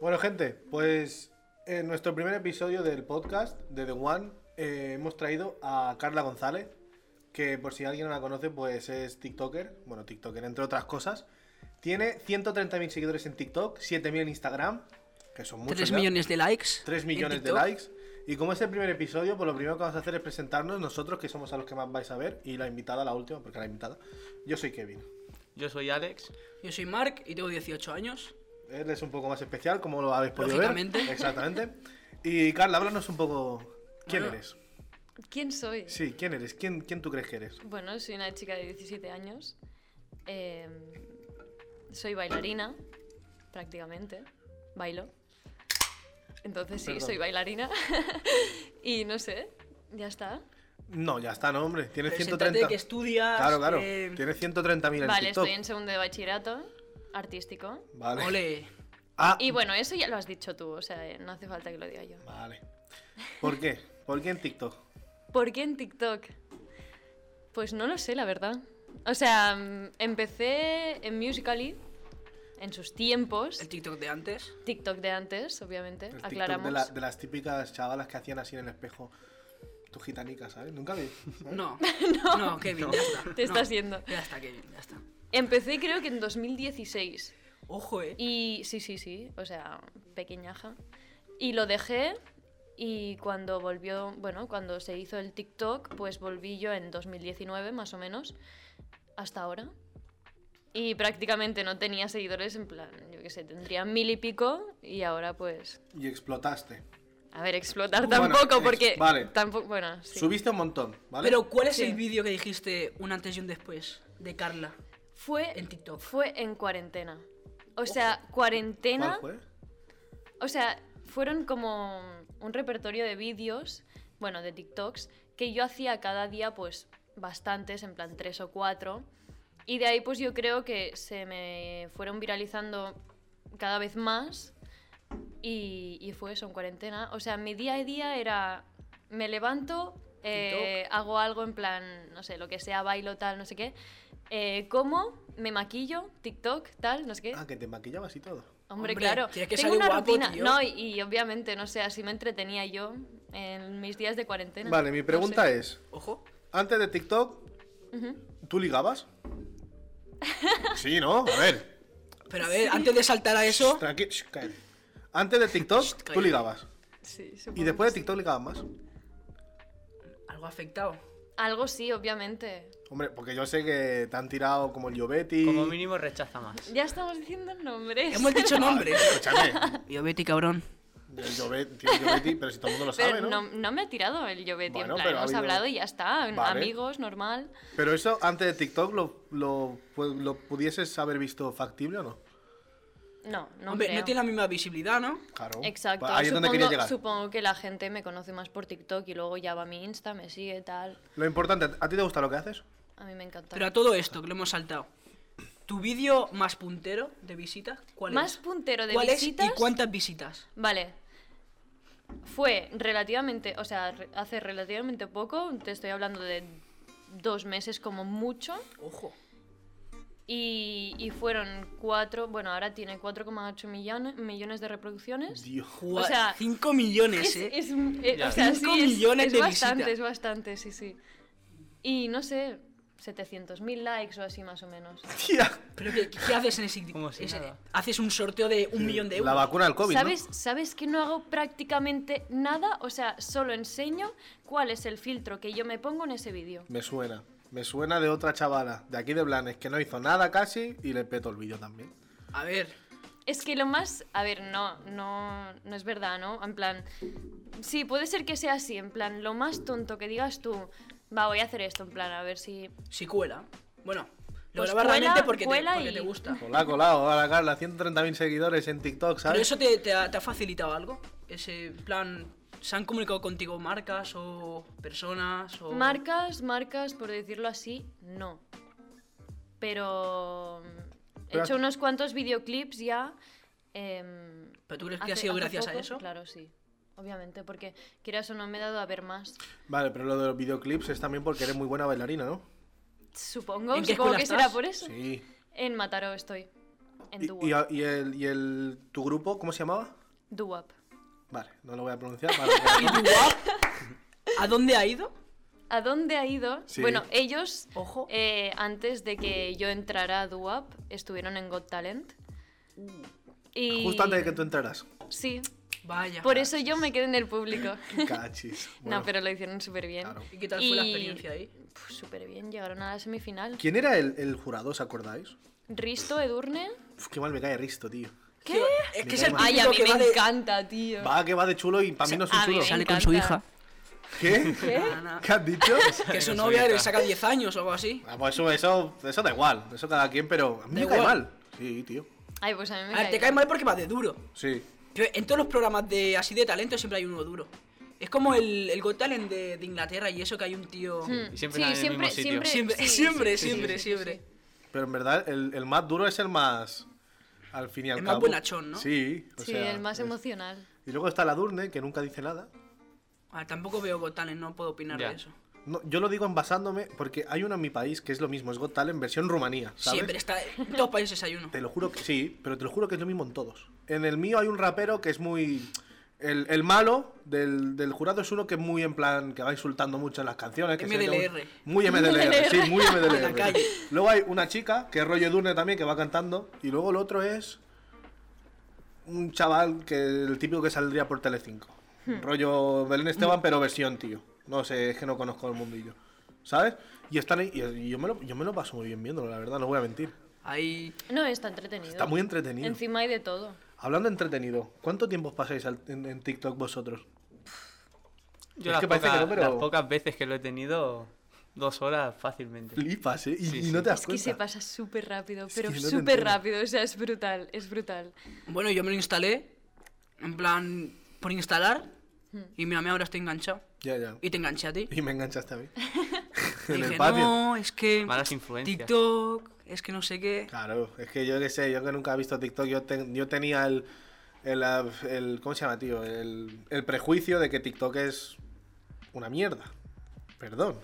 Bueno, gente, pues en nuestro primer episodio del podcast de The One eh, hemos traído a Carla González, que por si alguien no la conoce, pues es TikToker, bueno, TikToker entre otras cosas. Tiene 130.000 seguidores en TikTok, 7.000 en Instagram, que son muchos. 3 ya. millones de likes. 3 en millones de TikTok. likes. Y como es el primer episodio, pues lo primero que vamos a hacer es presentarnos nosotros, que somos a los que más vais a ver, y la invitada, la última, porque la invitada. Yo soy Kevin. Yo soy Alex. Yo soy Mark y tengo 18 años. Él es un poco más especial, como lo habéis podido ver. Lógicamente. Exactamente. Y Carla, háblanos un poco. ¿Quién Bueno. eres? ¿Quién soy? Sí, ¿quién eres? ¿Quién, ¿Quién tú crees que eres? Bueno, soy una chica de 17 años. eh, soy bailarina, prácticamente. Bailo. Entonces sí, Perdón. soy bailarina. y no sé, ya está. No, ya está, no, hombre. Tiene Preséntate, 130. que estudias. Claro, claro. eh, Tiene 130.000 en Vale, TikTok. estoy en segundo de bachillerato artístico. Vale. Ole. Ah, Y bueno, eso ya lo has dicho tú, o sea, eh, no hace falta que lo diga yo. Vale. ¿Por qué? ¿Por qué en TikTok? ¿Por qué en TikTok? Pues no lo sé, la verdad. O sea, mm, empecé en Musical.ly, en sus tiempos. El TikTok de antes. TikTok de antes, obviamente, El TikTok aclaramos. De, la- de las típicas chavalas que hacían así en el espejo. Tu gitanica, ¿sabes? Nunca vi. No. no. Kevin, ya está. Te No. estás yendo. Ya está, Kevin, ya está. Empecé creo que en 2016. Ojo, eh. Y sí, sí, sí, o sea, pequeñaja. Y lo dejé y cuando volvió, bueno, cuando se hizo el TikTok, pues volví yo en 2019 más o menos, hasta ahora. Y prácticamente no tenía seguidores, en plan, yo qué sé, tendría mil y pico y ahora pues... Y explotaste. A ver, explotar Bueno, tampoco es- porque... vale. Tampoco, bueno, sí. Subiste un montón, ¿vale? Pero, ¿cuál es Sí. el vídeo que dijiste un antes y un después de Carla? Fue En TikTok. Fue en cuarentena. O sea, cuarentena. ¿Cuál fue? O sea, fueron como un repertorio de vídeos, bueno, de TikToks, que yo hacía cada día, pues bastantes, en plan tres o cuatro. Y de ahí, pues yo creo que se me fueron viralizando cada vez más. Y, y fue eso, en cuarentena. O sea, mi día a día era. Me levanto, eh, hago algo en plan, no sé, lo que sea, bailo, tal, no sé qué. Eh, como, me maquillo, TikTok, tal, no sé qué. Ah, que te maquillabas y todo. Hombre, Hombre, claro. tienes que Tengo salir una guapo, rutina. tío. No, y, y obviamente, no sé, así me entretenía yo en mis días de cuarentena. Vale, mi pregunta es: Ojo. Antes de TikTok, ¿tú ligabas? sí, ¿no? A ver. Pero a ver, antes de saltar a eso. Tranqui, shh, cállate. Antes de TikTok, Shh, cállate. tú ligabas. Sí, Y supongo después de que sí. TikTok ligabas más. Algo afectado. Algo sí, obviamente. Hombre, porque yo sé que te han tirado como el Giovetti. Como mínimo rechaza más. Ya estamos diciendo nombres. Hemos dicho nombres. Escúchame. Yo, Betty, cabrón. El Giovetti, tiene Giovetti, pero si todo el mundo lo Pero sabe, ¿no? no, no me ha tirado el Yovetti, Bueno, en plan, pero ha hemos habido- hablado y ya está. Vale. Amigos, normal. Pero eso antes de TikTok lo, lo, pues, lo pudieses haber visto factible o no? No, no Hombre, creo. no tiene la misma visibilidad, ¿no? Claro. Exacto. Ahí es donde quería supongo, llegar. supongo que la gente me conoce más por TikTok y luego ya va a mi Insta, me sigue, tal. Lo importante, ¿a ti te gusta lo que haces? A mí me encanta. Pero a todo esto, que lo hemos saltado. ¿Tu vídeo más puntero de visitas? ¿Cuál Más es? puntero de ¿Cuál visitas. es y cuántas visitas? Vale. Fue relativamente, o sea, re- hace relativamente poco, te estoy hablando de dos meses como mucho, Ojo. y, y fueron cuatro, bueno, ahora tiene 4,8 millones, millones de reproducciones. Dios. Gua- sea, cinco millones, Es, ¿eh? es- eh, Ya. o sea, Cinco sí, es- millones es de bastante, visitas. es bastante, sí, sí. Y no sé, 700.000 likes o así más o menos. Tía. ¿Pero qué, qué haces en ese Como si ese- nada. Haces un sorteo de un millón de euros. La vacuna del COVID, ¿no? ¿Sabes, ¿Sabes que no hago prácticamente nada? O sea, solo enseño cuál es el filtro que yo me pongo en ese vídeo. Me suena. Me suena de otra chavala, de aquí de Blanes, que no hizo nada casi y le peto el vídeo también. A ver, Es que lo más, a ver, no, no, no es verdad, ¿no? En plan, sí, puede ser que sea así, en plan, lo más tonto que digas tú, va, voy a hacer esto, en plan, a ver si... si cuela. Bueno, lo Pues grabas cuela- realmente porque, te, cuela porque y- te gusta. Hola, colado, hola Carla, 130.000 seguidores en TikTok, ¿Pero ¿sabes? eso te, te ha, te ha facilitado algo? Ese plan, ¿se han comunicado contigo marcas o personas? O... Marcas, marcas, por decirlo así, no. Pero... mm, He Pero- hecho unos cuantos videoclips ya... em, ¿Pero tú crees que hace- ha sido hace gracias poco, a eso? Claro, sí. Obviamente, porque quieras o no me he dado a ver más. Vale, pero lo de los videoclips es también porque eres muy buena bailarina, ¿no? Supongo, ¿En qué supongo escuela que será estás? por eso. Sí. En Mataró estoy. en Y, y Duwap. a- y el, y el- tu grupo, ¿cómo se llamaba? Duwap. Vale, no lo voy a pronunciar. para que- ¿A dónde ha ido? ¿A dónde ha ido? Sí. Bueno, ellos, Ojo. eh, antes de que yo entrara a Duwap, estuvieron en Got Talent. Y... Justo antes de que tú entraras. Sí, Vaya. por eso yo me quedé en el público. Cachis. no, Bueno, pero lo hicieron súper bien. claro. ¿Y qué tal fue la Y- experiencia ahí? Puf, Súper bien, llegaron a la semifinal. ¿Quién era el, el jurado, os acordáis? Risto, Edurne. Uf, qué mal me cae Risto, tío. ¿Qué? Es que es el Ay, a mí me encanta, tío. Va, que va de chulo y para mí no es un a mí chulo. me- Sale con su hija. encanta. ¿Qué? Nada, nada. ¿Qué has dicho? Que su Con su novia hija. le saca 10 años o algo así. Ah, pues eso, eso, eso da igual. Eso cada quien, pero a mí Da me cae igual. mal. Sí, tío. Ay, pues a mí me A ver, Ah, te cae mal porque vas de duro. Sí. Pero en todos los programas de así de talento siempre hay uno duro. Es como el, el Got Talent de, de Inglaterra y eso que hay un tío... Mm, Y siempre están en el mismo sitio. Siempre, sí, siempre, sí, sí, siempre, sí, siempre. sí, sí. Pero en verdad, el, el más duro es el más. Al fin y al El más cabo. bonachón, ¿no? Pues Sí, o Sí, sea, el más es- emocional. Y luego está la Durne, que nunca dice nada. Ah, tampoco veo Got Talent, no puedo opinar Ya. de eso. No, yo lo digo en basándome, porque hay uno en mi país que es lo mismo, es Got Talent versión Rumanía, ¿sabes? Siempre está... En todos países hay uno. Te lo juro que sí, pero te lo juro que es lo mismo en todos. En el mío hay un rapero que es muy. El, el malo del, del jurado es uno que es muy en plan, que va insultando mucho en las canciones. Que se MDLR. llama- muy MDLR, sí, muy MDLR. En la calle. Luego hay una chica, que es rollo Dune también, que va cantando. Y luego el otro es. Un chaval, que el típico que saldría por Telecinco. Hmm. Rollo Belén Esteban, pero versión, tío. No sé, es que no conozco el mundillo. ¿Sabes? Y están ahí. Y y yo me lo, yo me lo paso muy bien viéndolo, la verdad, no voy a mentir. Hay... No, está entretenido. Está muy entretenido. Encima hay de todo. Hablando de entretenido, ¿cuánto tiempo os pasáis al- en, en TikTok vosotros? Yo Es las, que parece pocas- que no, pero- las pocas veces que lo he tenido, dos horas fácilmente. Flipas, ¿eh? Y, Sí, y sí. no te das Es que cuenta. se pasa súper rápido, Es que pero no te súper enteras. rápido. O sea, es brutal, es brutal. Bueno, yo me lo instalé, en plan, por instalar, Hmm. y mira, ahora estoy enganchado. Ya, ya. Y te enganché a ti. Y me enganchaste a mí. Y en el dije, patio. no, es que Malas influencias. TikTok, es que no sé qué. Claro, es que yo qué sé, yo que nunca he visto TikTok, yo, ten- yo tenía el, el, ah, el- ¿Cómo se llama, tío? El, el prejuicio de que TikTok es una mierda. Perdón.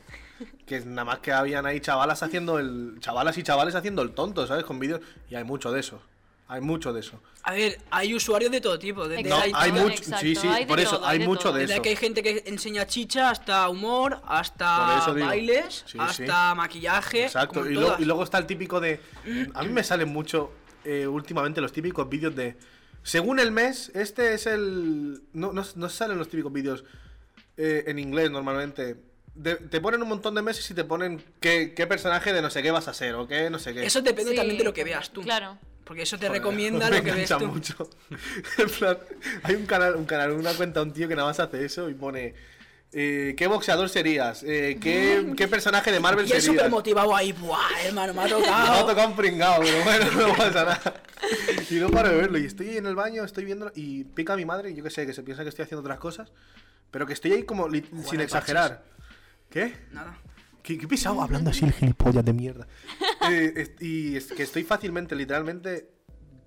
Que es nada más que habían ahí chavalas haciendo el. Chavalas y chavales haciendo el tonto, ¿sabes? Con vídeos. Y hay mucho de eso. Hay mucho de eso. A ver, hay usuarios de todo tipo. Desde, No, Exacto, hay mucho. exacto, Sí, sí, hay de por eso, todo, hay hay de mucho todo. de desde eso. que hay gente que enseña chicha hasta humor, Por hasta eso digo. bailes, Sí, sí. hasta maquillaje. Exacto, como y, en lo- todas. y luego está el típico de... A mí me salen mucho eh, últimamente los típicos vídeos de... Según el mes, este es el... No, no, no salen los típicos vídeos eh, en inglés normalmente. De- te ponen un montón de meses y te ponen qué, qué personaje de no sé qué vas a ser o qué no sé qué. Eso depende Sí, también de lo que veas tú. Claro. Porque eso te recomienda lo que ves engancha tú. mucho. En plan, hay un canal, un canal, una cuenta, un tío que nada más hace eso y pone... eh, ¿Qué boxeador serías? Eh, ¿qué, qué personaje de Marvel Y serías? es súper motivado ahí, ¡buah, hermano, me ha Me ha tocado! tocado un pringao, pero bueno, no pasa nada. Y no paro de verlo. Y estoy en el baño, estoy viendo y pica a mi madre, y yo qué sé, que se piensa que estoy haciendo otras cosas, pero que estoy ahí como li- sin al exagerar. ¿Qué? Nada. ¿Qué, qué pesado hablando así el gilipollas de mierda? Eh, es- y es que estoy fácilmente, literalmente,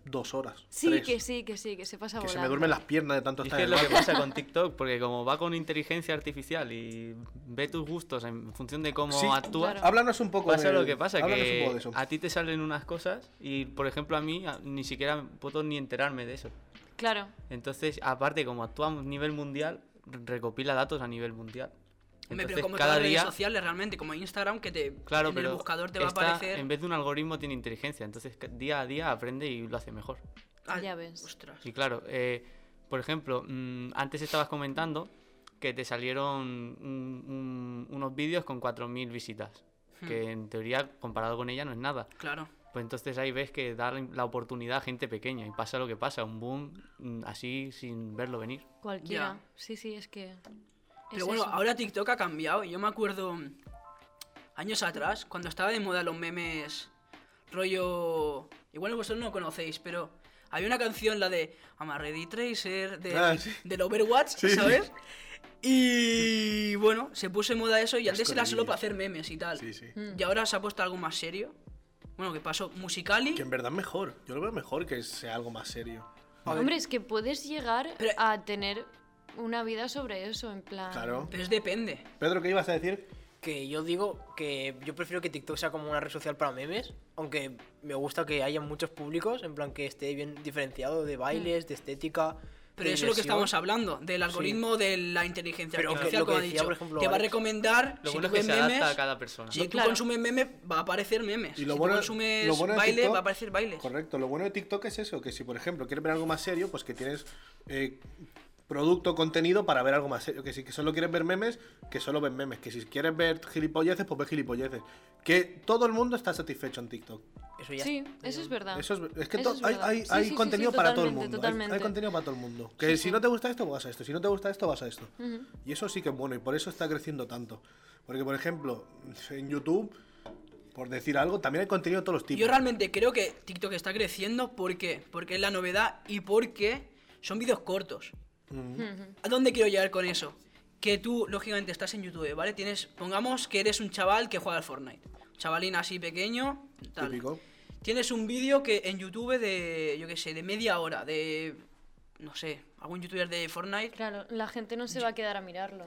dos horas. Sí, tres, que sí, que sí, que se pasa que se volando. me duermen las piernas de tanto Y es estar que es en lo el que baño. pasa con TikTok, porque como va con inteligencia artificial y ve tus gustos en función de cómo Sí, actúas, claro. Háblanos un poco pasa de- lo que pasa, háblanos un poco de que eso. a ti te salen unas cosas y, por ejemplo, a mí a- ni siquiera puedo ni enterarme de eso. Claro. Entonces, aparte, como actúa a nivel mundial, re- recopila datos a nivel mundial. Hombre, Entonces, pero como cada todas las día, redes sociales realmente, como Instagram, que te claro, en pero el buscador te va a esta, aparecer. en vez de un algoritmo tiene inteligencia, entonces ca- día a día aprende y lo hace mejor. Ya ves. Ostras. Y claro, eh, por ejemplo, mm, antes estabas comentando que te salieron un- un- unos vídeos con 4.000 visitas, Hmm. que en teoría comparado con ella no es nada. Claro. Pues entonces ahí ves que da la la oportunidad a gente pequeña y pasa lo que pasa, un boom mm, así sin verlo venir. Cualquiera. Ya. Sí, sí, es que. es Pero bueno, eso. ahora TikTok ha cambiado. y Yo me acuerdo mm, años atrás, cuando estaba de moda los memes, rollo. Igual vosotros no lo conocéis, pero había una canción, la de I'm a Ready Tracer, de, Ah, sí. del Overwatch, Sí. ¿sabes? Y bueno, se puso de moda eso y antes era correrías. solo para hacer memes y tal. Sí, sí. Mm. Y ahora se ha puesto algo más serio. Bueno, que pasó Musicali. Que en verdad es mejor. Yo lo veo mejor que sea algo más serio. Hombre, es que puedes llegar Pero- a tener una vida sobre eso, en plan. Claro. Pero es depende. Pedro, ¿qué ibas a decir? que yo digo que yo prefiero que TikTok sea como una red social para memes, aunque me gusta que haya muchos públicos, en plan que esté bien diferenciado de bailes, de estética. Mm. Pero de eso es lo que diversión. estamos hablando, del algoritmo de la inteligencia Pero que- artificial, lo que como ha decía, dicho. por ejemplo, te va a Alex. recomendar, Lo si bueno es tú que ves se adapta a memes, cada persona. si Sí, tú claro. consumes memes, va a aparecer memes. Y lo si bueno- tú consumes lo bueno de baile, TikTok- va a aparecer baile. Correcto, lo bueno de TikTok es eso, que si por ejemplo quieres ver algo más serio, pues que tienes eh, producto, contenido para ver algo más serio. Que si que solo quieres ver memes, que solo ves memes. Que si quieres ver gilipolleces, pues ves gilipolleces. Que todo el mundo está satisfecho en TikTok. Eso ya Sí, eso es verdad. Eso es, es que Ah. Eso to- es hay, verdad. hay- Sí, hay sí, sí, contenido sí, para todo el totalmente, mundo. Hay- Hay, totalmente. contenido para todo el mundo. Que si no te gusta esto, vas a esto. Si no te gusta esto, vas a esto. Ujú. Y eso sí que es bueno y por eso está creciendo tanto. Porque, por ejemplo, en YouTube, por decir algo, también hay contenido de todos los tipos. Yo realmente creo que TikTok está creciendo, ¿por qué? Porque es la novedad y porque son vídeos cortos. Mm. ¿A dónde quiero llegar con eso? Que tú, lógicamente, estás en YouTube, ¿vale? Tienes, pongamos que eres un chaval que juega al Fortnite. Un chavalín así pequeño, tal. Típico. Tienes un vídeo que en YouTube de, yo qué sé, de media hora, de, no sé, algún youtuber de Fortnite, Claro, la gente no se va a quedar a mirarlo.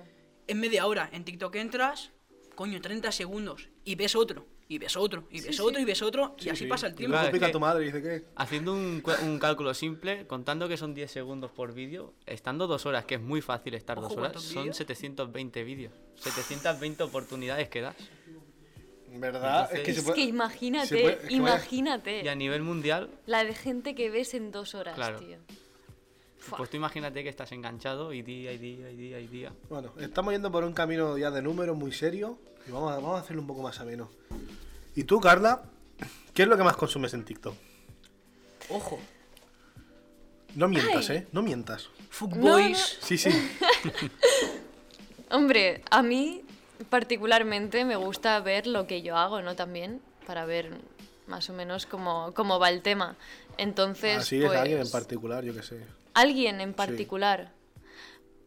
en media hora. En TikTok entras, coño, 30 segundos, y ves otro, y ves otro, y ves otro, y ves otro, y Sí, así sí. pasa el Y tiempo. luego Claro, es pica que- tu madre y dice que. Haciendo un, cua- un cálculo simple, contando que son 10 segundos por vídeo, estando dos horas, que es muy fácil estar Ojo, dos horas, ¿cuántos son vídeos? 720 vídeos. 720 oportunidades que das. ¿Verdad? Entonces- es que se Es puede. que se puede- imagínate, es que vaya- imagínate. Y a nivel mundial, La de gente que ves en dos horas, Claro. tío. pues tú imagínate que estás enganchado y día, y día, y día, y día. Bueno, estamos yendo por un camino ya de números muy serio y vamos a, vamos a hacerlo un poco más ameno. ¿Y tú, Carla? ¿Qué es lo que más consumes en TikTok? Ojo, No mientas, ¿eh? No mientas. Footboys, Sí, sí. Hombre, a mí particularmente me gusta ver lo que yo hago, ¿no? También, para ver más o menos cómo, cómo va el tema. Entonces, Así es pues, Ah, alguien en particular, yo qué sé. alguien en particular.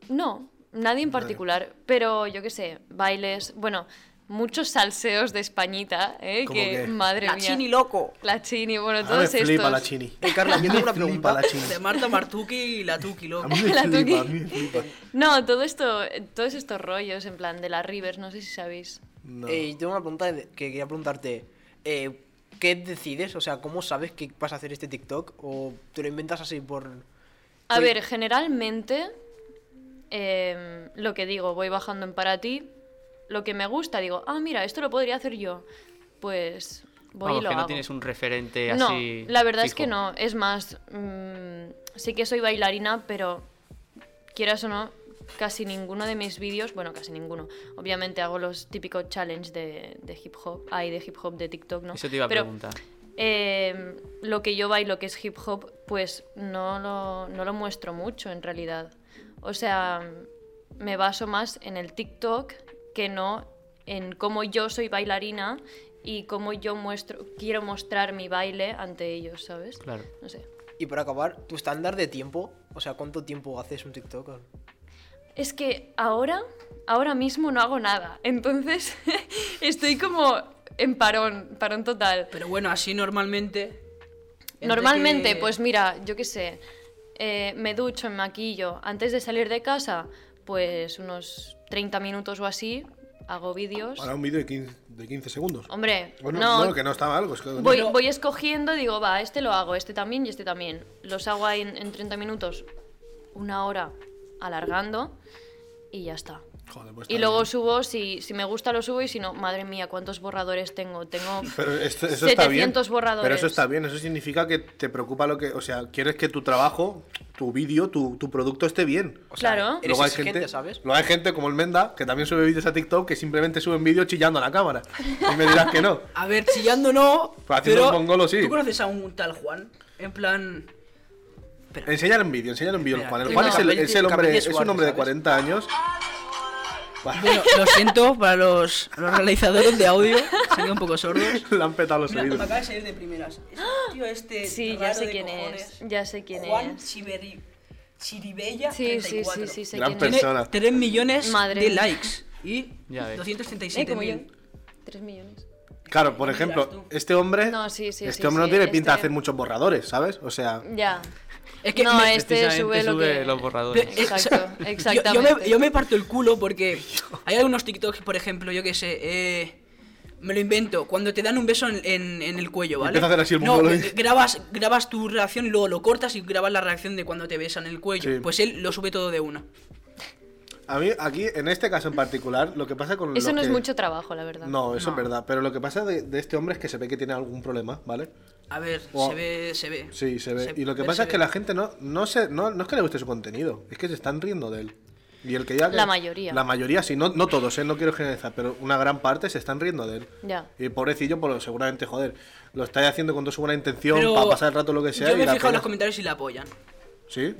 No, nadie en particular, pero yo qué sé, bailes, bueno, muchos salseos de Españita, ¿eh? ¿Cómo que qué? madre La mía. chini loco. La chini, bueno, A me todos estos. flipa la chini. Eh, Carla, yo A mí tengo me una flipa pregunta. la chini. de Marta Martuki y la Tuki, A loco. mí me La flipa, a Tuki. mí me flipa. No, todo esto, todos estos rollos en plan de la Rivers, no sé si sabéis. No. Eh, y tengo una pregunta de- que quería preguntarte. eh, ¿Qué decides? O sea, ¿cómo sabes que vas a hacer este TikTok? ¿O te lo inventas así por...? A Oye. ver, generalmente em, lo que digo, voy bajando en para ti, lo que me gusta, digo, ah, mira, esto lo podría hacer yo. Pues voy Vamos, y lo que no hago. tienes un referente No, así. la verdad es fijo. que no. Es más, mm, sí que soy bailarina, pero quieras o no, casi ninguno de mis vídeos, bueno, casi ninguno. Obviamente hago los típicos challenge de, de hip hop, hay de hip hop de TikTok, ¿no? Eso te iba a Pero, preguntar. eh, lo que yo bailo, que es hip hop, pues no lo, no lo muestro mucho en realidad. O sea, me baso más en el TikTok que no en cómo yo soy bailarina y cómo yo muestro, quiero mostrar mi baile ante ellos, ¿sabes? Claro. No sé. Y para acabar, ¿tu estándar de tiempo? O sea, ¿cuánto tiempo haces un TikTok? Es que ahora, ahora mismo no hago nada. Entonces estoy como en parón, parón total. Pero bueno, así normalmente. entre Normalmente, que- pues mira, yo qué sé, eh, me ducho, me maquillo. Antes de salir de casa, pues unos 30 minutos o así, hago vídeos. Para un vídeo de 15, de 15 segundos. Hombre, Bueno, Oh, no, bueno, que no está mal. pues que- voy, voy escogiendo, digo, va, este lo hago, este también y este también. Los hago ahí en, en 30 minutos, una hora alargando y ya está. Joder, pues Y está luego bien. subo, si, si me gusta lo subo y si no, madre mía, cuántos borradores tengo. Tengo Pero esto- eso está bien. 700 borradores. Pero eso está bien, eso significa que te preocupa lo que. O sea, quieres que tu trabajo, tu vídeo, tu, tu producto esté bien. O sea, Claro. Eres Luego hay exigente, gente, ¿sabes? Luego hay gente como el Menda, que también sube vídeos a TikTok, que simplemente suben vídeos chillando a la cámara. Y me dirás que no. A ver, chillando no. Pero Pues haciendo pero el mongolo, sí. ¿Tú conoces a un tal Juan? En plan. Espera. Enseñar un vídeo, enseñar un vídeo al Mira, Juan. El que Juan no, es, el, Capelli- es el hombre, Capelli es un Suárez, hombre de ¿sabes? 40 años. Bueno, lo siento para los, los realizadores de audio. Se han quedado un poco sordos. Le han petado los Mira, me oídos. acaba de salir de primeras. Es un tío este. Sí, ya raro sé de quién cojones. es. Ya sé quién Juan es. Chiveri- Chiribella. Sí, sí, 34. sí, sí, sé Gran quién es. Tiene Persona. 3 millones Madre de mía. likes. Y Ya ves. Eh, 237 como yo. mil. 3 millones. Claro, por Miras ejemplo, tú. este hombre. No, sí, sí, este sí, hombre no sí, tiene este- pinta de hacer muchos borradores, ¿sabes? O sea, Ya. Es que No, me- Este Precisamente sube lo que- los borradores. Eh, Exacto, yo- exactamente. Yo, me, yo me parto el culo porque hay algunos TikToks, por ejemplo, yo que sé, eh, me lo invento, cuando te dan un beso en, en- en el cuello, Y ¿vale? empieza a hacer así el no, mongolo, g- ¿eh? grabas, grabas tu reacción y luego lo cortas y grabas la reacción de cuando te besan el cuello. Sí. Pues él lo sube todo de una. A mí, aquí, en este caso en particular, lo que pasa con. Eso los no es que- mucho trabajo, la verdad. No, eso No. es verdad. Pero lo que pasa de, de este hombre es que se ve que tiene algún problema, ¿vale? A ver, Wow. se ve, se ve. Sí, se ve. y lo que ver, pasa se es que ve. la gente no, no, se, no, no es que le guste su contenido, es que se están riendo de él. Y el que ya. La mayoría. La mayoría, sí, no, no todos, ¿eh? no quiero generalizar, pero una gran parte se están riendo de él. Ya. Y pobrecillo, por lo seguramente, joder, lo estáis haciendo con toda su buena intención, Pero para pasar el rato lo que sea. Yo y me he la fijado en peña- los comentarios y la apoyan. Sí,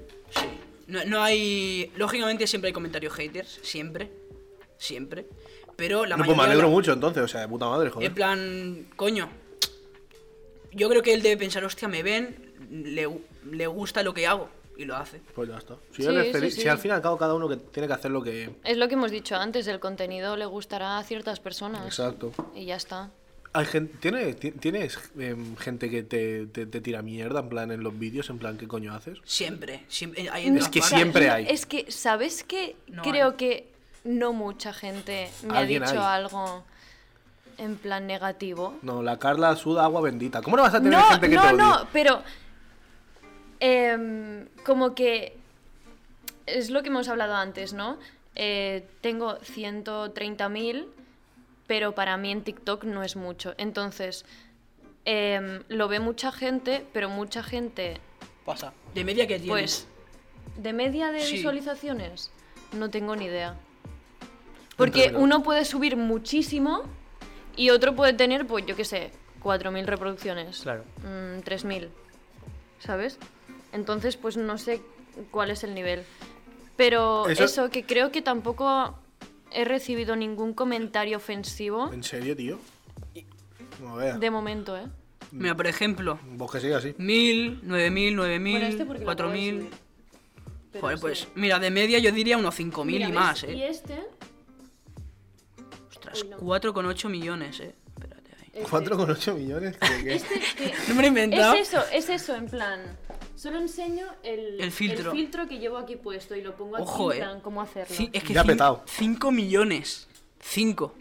No, no hay. Lógicamente siempre hay comentarios haters, siempre. Siempre. Pero la no, pues mayoría. me alegro la- mucho entonces, o sea, de puta madre, joder. En plan, coño. Yo creo que él debe pensar, hostia, me ven, le, le gusta lo que hago. Y lo hace. Pues ya está. Si, Sí, eres sí, feliz- sí. si al fin y al cabo cada uno que tiene que hacer lo que. Es lo que hemos dicho antes, el contenido le gustará a ciertas Ah, personas. Exacto. Y ya está. Hay gente, ¿tiene, ti- ¿Tienes em, gente que te, te- te tira mierda en plan en los vídeos? En plan, ¿qué coño haces? Siempre. siempre hay No, en Es todas que o partes. sea, siempre no, hay. Es que, ¿sabes qué? No Creo hay. que no mucha gente me ha Alguien dicho hay. algo en plan negativo. No, la Carla suda agua bendita. ¿Cómo no vas a tener No, gente que no, te odie? no, pero em, como que es lo que hemos hablado antes, ¿no? Eh, tengo 130.000, pero para mí en TikTok no es mucho. Entonces, em, lo ve mucha gente, pero mucha gente, Pasa. De media que pues, tienes. de media de Sí. visualizaciones, no tengo ni idea. Porque Entiendo. uno puede subir muchísimo y otro puede tener, pues, yo qué sé, 4.000 reproducciones Claro. mm, 3.000, ¿sabes? Entonces, pues no sé cuál es el nivel. Pero Eso- eso, que creo que tampoco he recibido ningún comentario ofensivo ¿En serio, tío? No veas. de momento, ¿eh? Mira, por ejemplo, Vos que sigas así. 1000, 9000, 9000, Bueno, este porque lo acabo de 4000. subir. Pero Joder, sí. pues mira, de media yo diría unos 5000 Mira, y ¿ves? más, Y eh. este, Ostras, Uy, no. 4,8 millones, eh. Espérate ahí. 4,8 millones. ¿Qué, qué? este es que- No me lo he inventado. Es eso, es eso, en plan. Solo enseño el, El filtro. filtro que llevo aquí puesto y lo pongo Ojo, aquí eh. en plan cómo hacerlo. Ci- es que Ya ha petado. 5 millones. 5.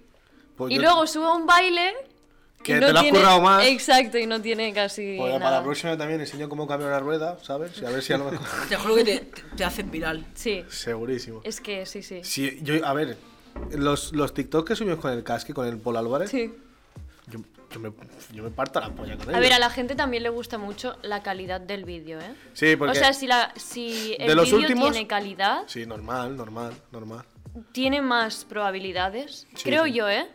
Pues Y yo- luego subo un baile. y Que te lo has tiene- currado más. Exacto, y no tiene casi. Pues ya para nada. la próxima también enseño cómo cambiar una rueda, ¿sabes? Y a ver si a lo mejor. Te juro que te, te, te haces viral. Sí, Segurísimo. es que sí, sí. Sí, yo, a ver, los, los TikTok que subimos con el casque, con el Paul Álvarez, Sí. yo, yo me, yo me parto la polla con ellos. A ver, a la gente también le gusta mucho la calidad del vídeo, ¿eh? Sí, porque. O sea, si, la, si de el los vídeo últimos- tiene calidad, Sí, normal, normal, normal. tiene más probabilidades, Sí, creo sí. yo, ¿eh?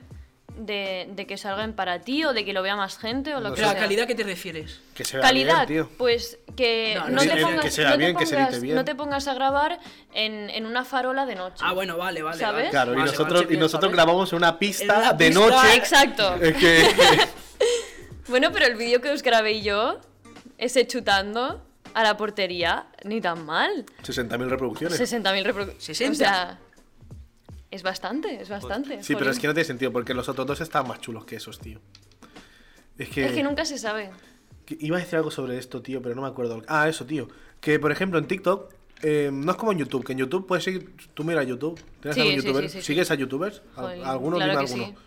De, de que salgan para ti o de que lo vea más gente o lo No que Pero sé. a sea. calidad, ¿qué te refieres? Que se vea Calidad, bien, tío. pues que No, no, no te sé. pongas, Que sea no te bien, que se pongas- edite bien. no te pongas a grabar en, en una farola de noche. Ah, bueno, vale, vale. ¿Sabes? vale. Claro, y Vale, nosotros, vale. y nosotros grabamos ¿eh? en una pista En una de pista, noche. Exacto. Es que. Bueno, pero el vídeo que os grabé yo, ese chutando a la portería, ni tan mal. 60.000 reproducciones. 60.000 reproducciones. 60. O sea, es bastante, es bastante. Sí, pero jolín. es que no tiene sentido porque los otros dos están más chulos que esos, tío. Es que, Es que nunca se sabe. que Iba a decir algo sobre esto, tío, pero no me acuerdo. Ah, eso, tío. Que, por ejemplo, en TikTok, eh, no es como en YouTube, que en YouTube puedes seguir... Tú mira a YouTube. ¿Tienes Sí, algún sí, youtuber? sí, sí, sí. ¿Sigues a youtubers? ¿Al- Jolín, ¿Alguno? claro Dime que alguno. sí.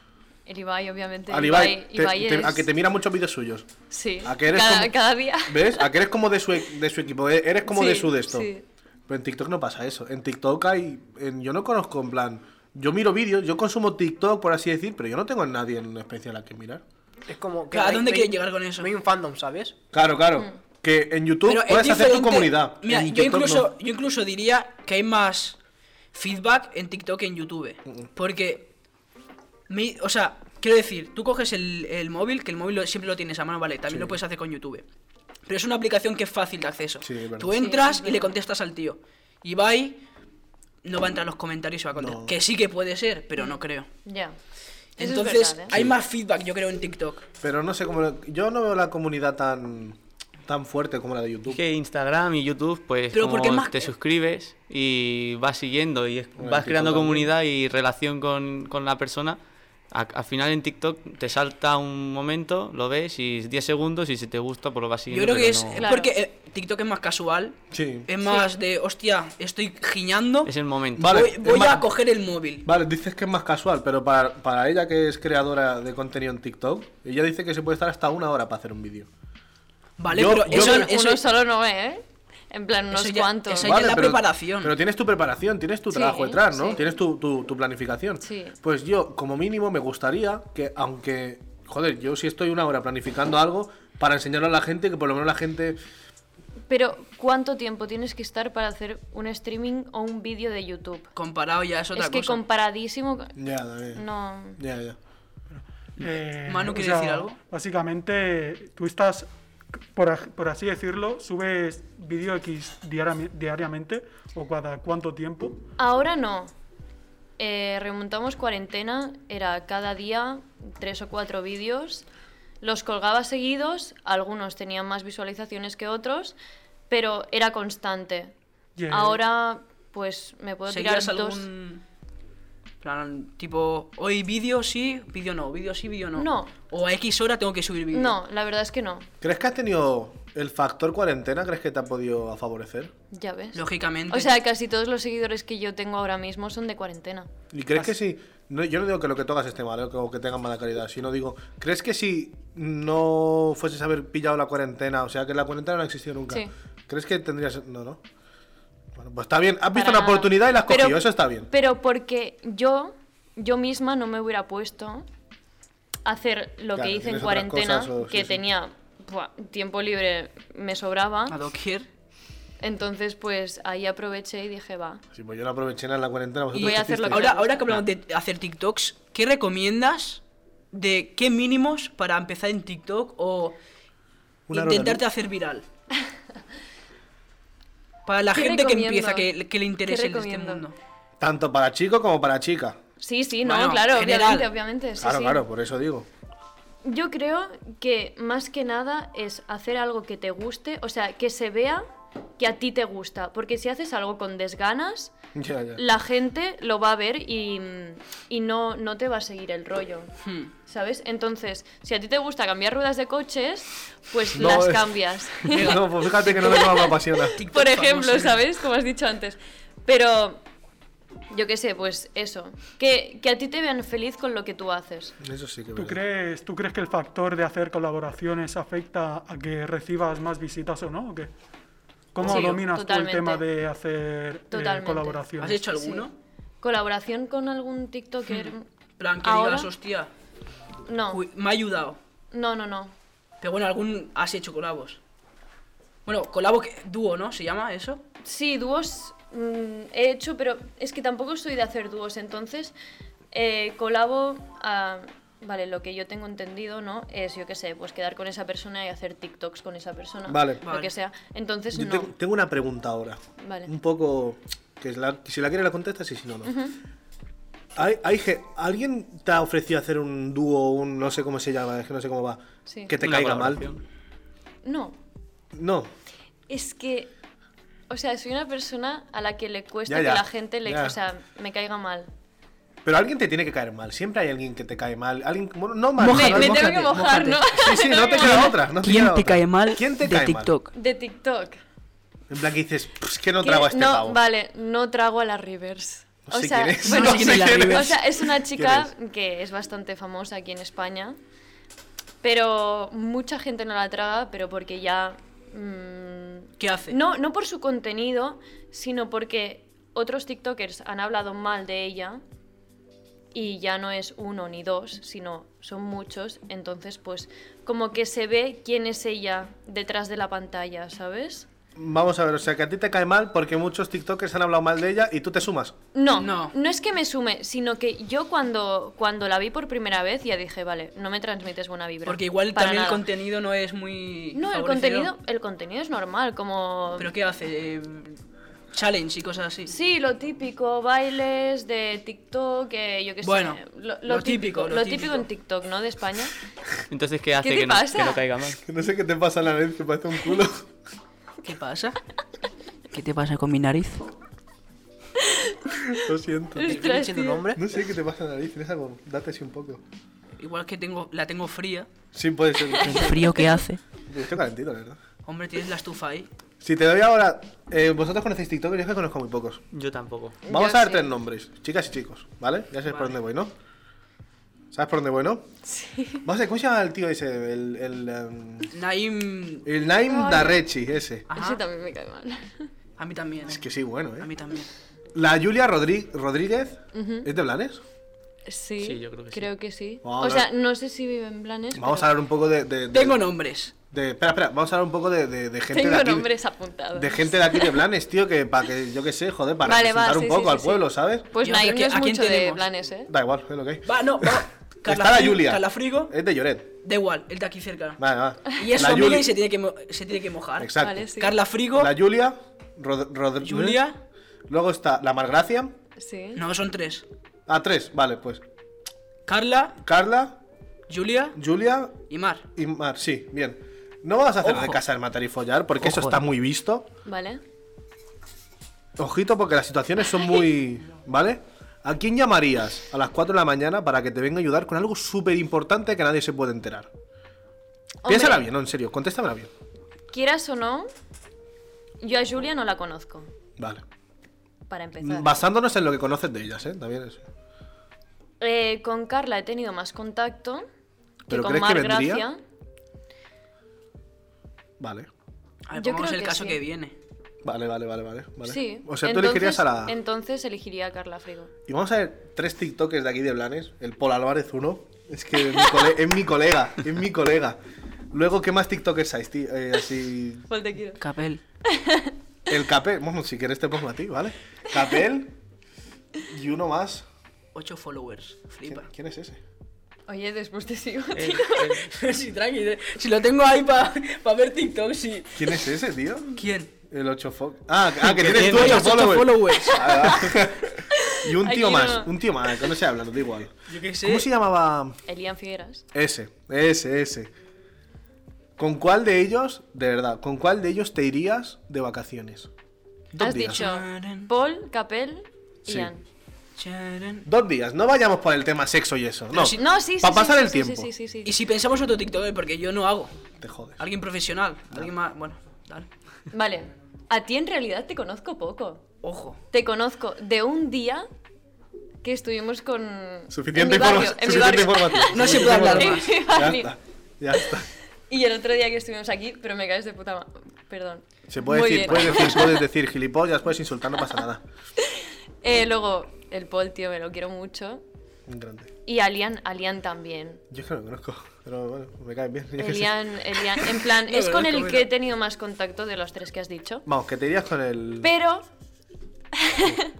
El Ibai, obviamente. Al Ibai, te- Ibai te- es- a que te mira muchos vídeos suyos. Sí, a que eres cada, como- cada día. ¿Ves? A que eres como de su, e- de su equipo, e- eres como de Sí, su de esto. sí. Pero en TikTok no pasa eso. En TikTok hay. en- yo no conozco, en plan. Yo miro vídeos, yo consumo TikTok, por así decir, pero yo no tengo a nadie en especial a quien mirar. Es como Claro, ¿a hay- dónde hay- quieres llegar con eso? No hay un fandom, ¿sabes? Claro, claro. Mm. Que en YouTube Pero es puedes hacer tu diferente- comunidad. Mira, en yo TikTok incluso, no. yo incluso diría que hay más feedback en TikTok que en YouTube. Porque, mi- o sea, quiero decir, tú coges el, el móvil, que el móvil lo- siempre lo tienes a mano, vale, también Sí. lo puedes hacer con YouTube. Pero es una aplicación que es fácil de acceso. Sí, es verdad. tú Sí, entras es y le verdad. contestas al tío. Y va ahí, no va a entrar en los comentarios y va a contestar. No. Que sí que puede ser, pero no creo. Ya. Eso es Entonces, verdad, ¿eh? hay más feedback, yo creo, en TikTok. Pero no sé cómo. lo- Yo no veo la comunidad tan. tan fuerte como la de YouTube. Es que Instagram y YouTube, pues Pero porque como más- te suscribes y vas siguiendo y es- Bueno, vas en creando TikTok comunidad y relación con, con la persona, A- al final en TikTok te salta un momento, lo ves y 10 segundos y si te gusta pues lo vas Yo siguiendo. creo que pero es no- es Claro. porque eh, TikTok es más casual, Sí. es más de, hostia, estoy giñando, es el momento. Vale, voy, es voy más- a coger el móvil. Vale, dices que es más casual, pero para, para ella que es creadora de contenido en TikTok, ella dice que se puede estar hasta una hora para hacer un vídeo. Vale, Yo- pero yo- eso, Bueno, eso- Uno solo no, ¿eh? En plan, unos ya- cuantos. eso ya- es la preparación. Pero tienes tu preparación, tienes tu Sí, trabajo detrás, ¿no? sí. Tienes tu, tu- tu planificación. Sí. Pues yo, como mínimo, me gustaría que, aunque, joder, yo si estoy una hora planificando algo, para enseñarlo a la gente, que por lo menos la gente... Pero, ¿cuánto tiempo tienes que estar para hacer un streaming o un vídeo de YouTube? comparado ya es otra es que cosa. comparadísimo... Ya, No... ya, ya. Eh, Manu, o ¿quiere decir algo? Básicamente, tú estás, por, aj- por así decirlo, subes vídeo X diariami- diariamente o cada cuánto tiempo. Ahora no. Eh, remontamos cuarentena, era cada día tres o cuatro vídeos. Los colgaba seguidos, algunos tenían más visualizaciones que otros, pero era constante. Y, eh, Ahora, pues me puedo tirar ¿Seguías dos. algún plan tipo hoy vídeo sí, vídeo no, vídeo sí, vídeo no? No. O a X hora tengo que subir vídeo. No, la verdad es que no. ¿Crees que has tenido el factor cuarentena? ¿Crees que te ha podido favorecer? Ya ves. Lógicamente. O sea, casi todos los seguidores que yo tengo ahora mismo son de cuarentena. ¿Y crees que si.? No, yo no digo que lo que tocas esté mal ¿eh? o que- o que tengan mala calidad, sino digo, ¿crees que si no fueses a haber pillado la cuarentena, o sea, que la cuarentena no existió nunca, Sí. ¿crees que tendrías.? No, no. Bueno, pues está bien, has visto Para una nada. oportunidad y la has Pero- cogido, eso está bien. Pero porque yo, yo misma no me hubiera puesto a hacer lo Claro, que hice en tienes otras cuarentena, cosas o- sí, que sí. tenía buah, tiempo libre, me sobraba. A doquier. Entonces, pues ahí aproveché y dije, va. Si pues yo no aproveché nada en la cuarentena, vosotros voy a qué hacer lo hicisteis? que- Ahora, ahora que hablamos de hacer TikToks, ¿qué recomiendas de qué mínimos para empezar en TikTok o Una hora de intentarte luz. hacer viral? Para la ¿Qué gente que recomiendo? empieza, que, que le interese en este recomiendo? mundo. Tanto para chico como para chica. Sí, sí, no, Bueno, claro, general. obviamente, obviamente. sí, claro, sí. claro, pues. por eso digo. Yo creo que más que nada es hacer algo que te guste, o sea, que se vea que a ti te gusta. Porque si haces algo con desganas, Ya, ya. la gente lo va a ver y, y no, no te va a seguir el rollo. Hmm. ¿Sabes? Entonces, si a ti te gusta cambiar ruedas de coches, pues No, las eh. cambias. No, pues fíjate que no tengo me apasiona. TikTok Por famoso, ejemplo, ¿no? ¿sabes? Como has dicho antes. Pero, yo qué sé, pues eso. Que, que a ti te vean feliz con lo que tú haces. Eso sí que es ¿Tú verdad. crees, ¿Tú crees que el factor de hacer colaboraciones afecta a que recibas más visitas o no? ¿O qué? ¿Cómo Sí, dominas tú el totalmente. tema de hacer eh, Totalmente. colaboraciones? ¿Has hecho alguno? Sí. ¿Colaboración con algún TikToker? plan que Ahora- digas, hostia, No, Hmm. uy, me ha ayudado. no, no, no. Pero bueno, algún has hecho colabos. Bueno, colabo que- dúo, ¿no? ¿Se llama eso? Sí, dúos mm, he hecho, pero es que tampoco soy de hacer dúos, entonces eh, colabo a... Vale, lo que yo tengo entendido, ¿no? Es, yo qué sé, pues quedar con esa persona y hacer TikToks con esa persona. Vale. Lo Vale. que sea. Entonces, Yo no. tengo, tengo una pregunta ahora. Vale. Un poco. Que es la- si la quieres la contestas y si no, no. Hay, hay ge- ¿Alguien te ha ofrecido hacer un dúo, un no sé cómo se llama, es que no sé cómo va, Sí. que te Una caiga mal? colaboración. No. No. Es que... O sea, soy una persona a la que le cuesta Ya, ya. que la gente le... Ya. O sea, me caiga mal. Pero alguien te tiene que caer mal. Siempre hay alguien que te cae mal. Alguien, bueno, no mal. me no, me tengo mójate, que mojar, mójate. ¿no? Sí, sí, no te queda otra. No te queda otra. ¿Quién te cae De TikTok. mal? En plan que dices, "Pff, es que no Que- trago a este no, pavo. vale, no trago a la Rivers. No sé o sea, quién es, bueno, no sé quién es. o sea, es una chica ¿Quién que es bastante famosa aquí en España, pero mucha gente no la traga, pero porque ya... mm, ¿Qué hace? no, no por su contenido, sino porque otros TikTokers han hablado mal de ella y ya no es uno ni dos, sino son muchos, entonces pues como que se ve quién es ella detrás de la pantalla, ¿sabes? Vamos a ver, o sea, que a ti te cae mal porque muchos TikTokers han hablado mal de ella y tú te sumas. No, No. no, es que me sume, sino que yo cuando, cuando la vi por primera vez ya dije, vale, no me transmites buena vibra. Porque igual Para también el nada. contenido no es muy. No, el favorecedor. contenido, el contenido es normal, como... ¿Pero qué hace? Eh, challenge y cosas así. Sí, lo típico, bailes de TikTok, eh, yo qué Bueno, sé. Lo, lo típico, lo Lo típico típico. en TikTok, ¿no? De España. Entonces, ¿qué hace te que, no, pasa? que no caiga mal? Que no sé qué te pasa en la nariz, que parece un culo. ¿Qué pasa? ¿Qué te pasa con mi nariz? Lo siento. Es- ¿Estoy Ostras, diciendo tío. nombre? No sé qué te pasa en la nariz, tienes algo. Date así un poco. Igual que tengo, la tengo fría. Sí, puede ser. frío que hace? Estoy calentito, la verdad. Hombre, tienes la estufa ahí. Si te doy ahora. eh, vosotros conocéis TikTok, yo es que conozco muy pocos. Yo tampoco. Vamos Yo a sí. darte nombres, chicas y chicos, ¿vale? Ya sabes por dónde voy, ¿no? ¿Sabes por dónde voy, no? Sí. Vamos a ver, ¿cómo se llama el tío ese? El. El, em, Naim. el Naim Darrechi, ese. Ajá. Ese también me cae mal. A mí también. Es eh. que sí, bueno, A mí ¿eh? también. La Julia Rodri- Rodríguez, ¿es de Blanes? Sí, Sí, yo creo que sí. sí. Vamos a o ver. sea, no sé si vive en Blanes. Vamos a pero hablar un poco de. de- de- Tengo nombres. de- espera, espera, vamos a hablar un poco de, de- de gente Tengo de aquí. nombres apuntados. De gente de aquí de Blanes, tío, que para que, yo qué sé, joder, para Vale, va, representar un sí, poco sí, al sí, pueblo, sí. ¿sabes? Pues Yo, Naim ¿qué- no es a quién mucho de tenemos? Blanes, ¿eh? Da igual, es lo que hay. Va, no, va. Está la Fri- Julia. Carla Frigo. Es de Lloret. Da igual, el de aquí cerca. Vale, va. Y es su La amiga Juli- y se tiene que, mo- se tiene que mojar. Exacto. Vale, sí. Carla Frigo. La Julia, Rod- Rodríguez. Julia. Luego está la Margracia. Sí. No, son tres. Ah, tres, vale, pues. Carla, Carla, Julia Julia y Mar. y Mar. Sí, bien. No vamos a hacer de Ojo. casa el matar y follar, porque eso Ojo. eh. está muy visto. Vale. Ojito, porque las situaciones son muy. ¿Vale? ¿A quién llamarías a las 4 de la mañana para que te venga a ayudar con algo súper importante que nadie se puede enterar? Piénsala bien, no, en serio, contéstamela bien. Quieras o no, yo a Julia no la conozco, Vale. para empezar. Basándonos en lo que conoces de ellas, ¿eh? También es. Eh, con Carla he tenido más contacto que ¿Pero con crees que Mar vendría? Gracia. Vale. A ver, Yo pongamos creo el que caso sí. que viene. Vale, vale, vale, vale. vale. Sí. O sea, tú entonces, elegirías a la. Entonces elegiría a Carla Frigo. Y vamos a ver tres TikTokers de aquí de Blanes. El Paul Álvarez, uno. Es que es mi, cole- es mi colega, es mi colega. Luego, ¿qué más TikTokers hay? tío? Eh, así. ¿Cuál te quiero? Capel. El Capel. Bueno, si quieres te pongo a ti, ¿vale? Capel. Y uno más. Ocho followers. ¿Quién, Flipa. quién es ese? Oye, después te sigo. El- el- sí, tranqui. eh. Si lo tengo ahí para ver TikTok, sí. ¿Quién es ese, tío? ¿Quién? El 8 fo... Ah, ah, que tienes tiene tú 8 Los Eh, ocho followers. followers. Ah, ah. y un tío Aquí más, no. un tío más, que no sé hablando, da igual. Yo qué ¿Cómo se sé. llamaba? Elian Figueras. Ese, ese, ese. ¿Con cuál de ellos, de verdad, con cuál de ellos te irías de vacaciones? Dos Has días. dicho Paul, Capel y Sí. Ian. Charan. Dos días, no vayamos por el tema sexo y eso, no. si- No, sí, sí. Pa' sí, pasar sí, el sí, sí, tiempo. Sí, sí, sí. Y si pensamos otro TikToker, porque yo no hago. Te jodes. Alguien profesional. Ah. Alguien más. Bueno, dale. Vale. A ti en realidad te conozco poco. Ojo. Te conozco de un día que estuvimos con. Suficiente, en mi barrio, informa- en mi suficiente barrio. información. No se suficiente puede hablar información. más. En mi Ya barrio. está, ya está. Y el otro día que estuvimos aquí, pero me caes de puta ma- Perdón. Se puede Muy decir, bien. puedes decir, puedes decir gilipollas, puedes insultar, no pasa nada. Eh, luego, el Paul, tío, me lo quiero mucho. Un grande. Y Alian, Alian también. Yo es que no lo conozco, pero bueno, me caen bien. yo qué sé. Elian, Elian. En plan, No, es con conozco, el mira. que he tenido más contacto de los tres que has dicho. Vamos, que te irías con el... Pero,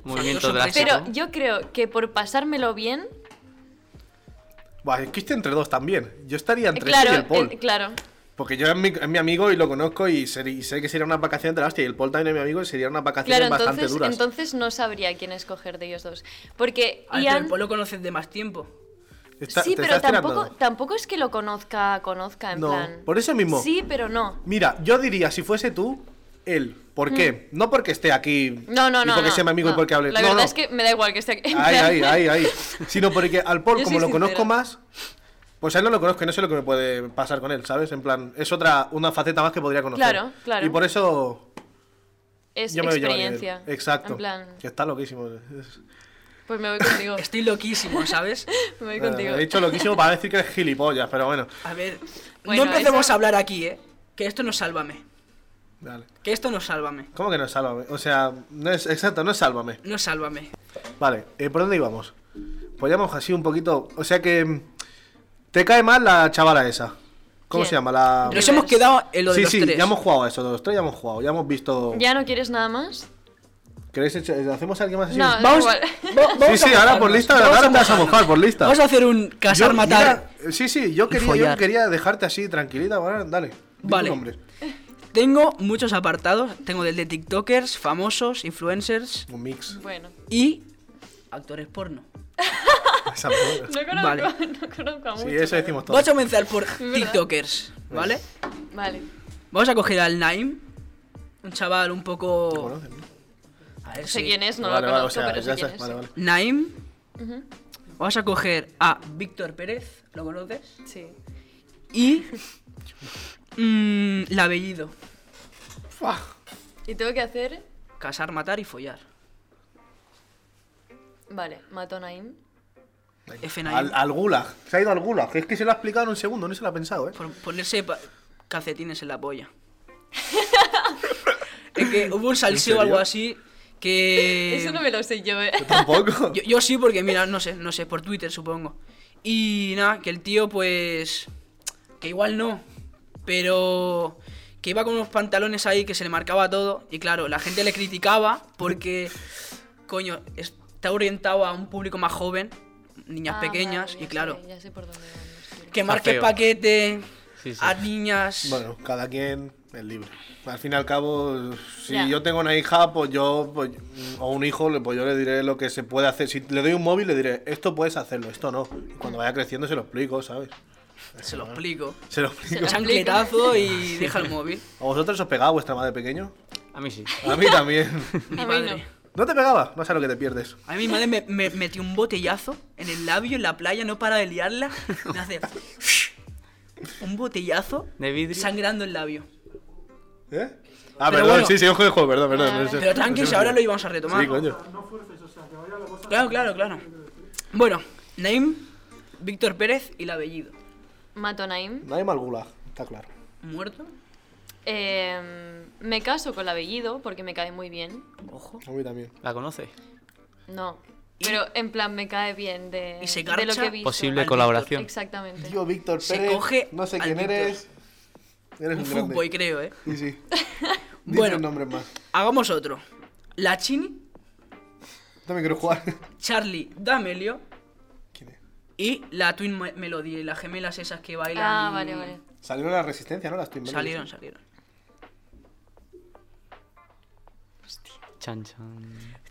Movimiento Factor sorpresa. drástico. pero yo creo que por pasármelo bien. Buah, es que estoy entre dos también. Yo estaría eh, entre claro, ese y el Paul. eh, claro. Porque yo es mi, es mi amigo y lo conozco y, ser- y sé que sería una vacación de la hostia. Y el Paul también es mi amigo y serían unas vacaciones Claro, bastante entonces, duras. entonces no sabría quién escoger de ellos dos. Porque Ah, pero el Ian. Paul lo conoces de más tiempo. Está- sí, te pero estás tampoco, tirando. tampoco es que lo conozca, conozca, en No, plan. por eso mismo. Sí, pero no. Mira, yo diría, si fuese tú, él. ¿Por qué? No porque esté aquí. Mm. No, no, y no. porque no, sea mi amigo no. y porque hable. La no, verdad no. es que me da igual que esté aquí. en Ahí, plan- ahí, ahí, ahí. Sino porque al Paul, Yo como soy lo sincera. conozco más, pues a él no lo conozco y no sé lo que me puede pasar con él, ¿sabes? En plan, es otra, una faceta más que podría conocer. Claro, claro. Y por eso Es yo me voy a llevar. experiencia. Exacto. En plan, Que está loquísimo. pues me voy contigo. Estoy loquísimo, ¿sabes? Me voy Eh, contigo. He dicho loquísimo para decir que eres gilipollas, pero bueno. A ver. Bueno, no empecemos eso- a hablar aquí, ¿eh? Que esto no es sálvame. Dale. Que esto no es sálvame. ¿Cómo que no es sálvame? O sea, no es exacto, no es sálvame. No es sálvame. Vale, eh, ¿por dónde íbamos? Pues ya hemos así un poquito. O sea que. mm, Te cae mal la chavala esa. ¿Cómo ¿Quién? se llama? La. Nos Rivers. hemos quedado en lo Ah. de sí, los sí, tres. ya hemos jugado a eso, de los tres ya hemos jugado, ya hemos visto. ¿Ya no quieres nada más? ¿Queréis hecho- ¿Hacemos a alguien más así? No, Vamos, da igual. va- vamos sí, sí, a ahora por mojarnos. lista, Vamos ahora te vas a mojarnos. mojar, por lista. Vamos a hacer un Yo- casar, matar. mira, sí, sí, yo quería, yo follar. quería dejarte así tranquilita, ahora, dale. di tu Vale. nombre. Tengo muchos apartados. Tengo desde TikTokers, famosos, influencers Un mix. Bueno. y actores porno. Esa mierda. No conozco, Vale. no conozco a mucho. sí, eso la decimos todos. Vamos a comenzar por verdad. TikTokers, ¿vale? verdad. Vale. Vamos a coger al Naim, un chaval un Lo poco conocen, ¿no? A ver No si- sé quién es, no vale, lo vale, conozco, o sea, pero sé ya quién sé, es. vale, vale. Naim, Ujú, vas a coger a Víctor Pérez, ¿lo conoces? Sí. Y. mm, la apellido. Y tengo que hacer... Casar, matar y follar. Vale, mato a Naim. F Naim. Al, al gulag. Se ha ido al gulag. Es que se lo ha explicado en un segundo, no se lo ha pensado, ¿eh? Por ponerse pa- calcetines en la polla. es que hubo un salseo o serio? algo así que. Eso no me lo sé yo, eh. Yo tampoco. Yo, yo sí, porque mira, no sé, no sé, por Twitter supongo. Y nada, que el tío, pues. Que igual no, pero. Que iba con unos pantalones ahí que se le marcaba todo. Y claro, la gente le criticaba porque. Coño, está orientado a un público más joven, niñas Ah, pequeñas, vale, y ya claro. sé, ya sé por dónde vamos. sí. Que marque feo. paquete Sí, sí. a niñas. Bueno, cada quien es libre. Al fin y al cabo, si Ya. yo tengo una hija, pues yo, pues, o un hijo, le- pues yo le diré lo que se puede hacer. Si le doy un móvil, le diré, esto puedes hacerlo, esto no. Y cuando vaya creciendo se lo explico, ¿sabes? se lo explico. Se lo explico. Chancletazo y deja el móvil. ¿A vosotros os pegaba vuestra madre pequeño? A mí sí. A mí también. Mi A mí madre. ¿No te pegaba? No sabes lo que te pierdes. A mí mi madre me, me metió un botellazo en el labio, en la playa, no para de liarla. Me hace un botellazo De vidrio. sangrando el labio. ¿Eh? Ah, Pero perdón, bueno. sí, sí, ojo de juego, perdón, perdón. Ah, no sé. Pero tranqui, si ahora lo íbamos a retomar. Sí, coño. Claro, claro, claro. Bueno, Naim, Víctor Pérez y el apellido. Mato a Naim. Nadie mal gulag, está claro. ¿Muerto? Eh, me caso con la Bellido porque me cae muy bien. Ojo. A mí también. ¿La conoces? No. Pero en plan me cae bien de, ¿Y se de lo garcha? que he visto. Posible Al colaboración. Exactamente. Tío, Víctor Se Pérez. coge no sé al quién Víctor. eres. Eres Un un, grande. fuckboy, creo, ¿eh? Sí, sí. Dime Bueno. un nombre más. Hagamos otro. La Chini, También quiero jugar. Charlie D'Amelio ¿Quién es? y la Twin Me- Melody, las gemelas esas que bailan. Ah, y- vale, vale. Salieron a la resistencia, ¿no? Las Twin Melodies. Salieron, salieron. Chan, chan.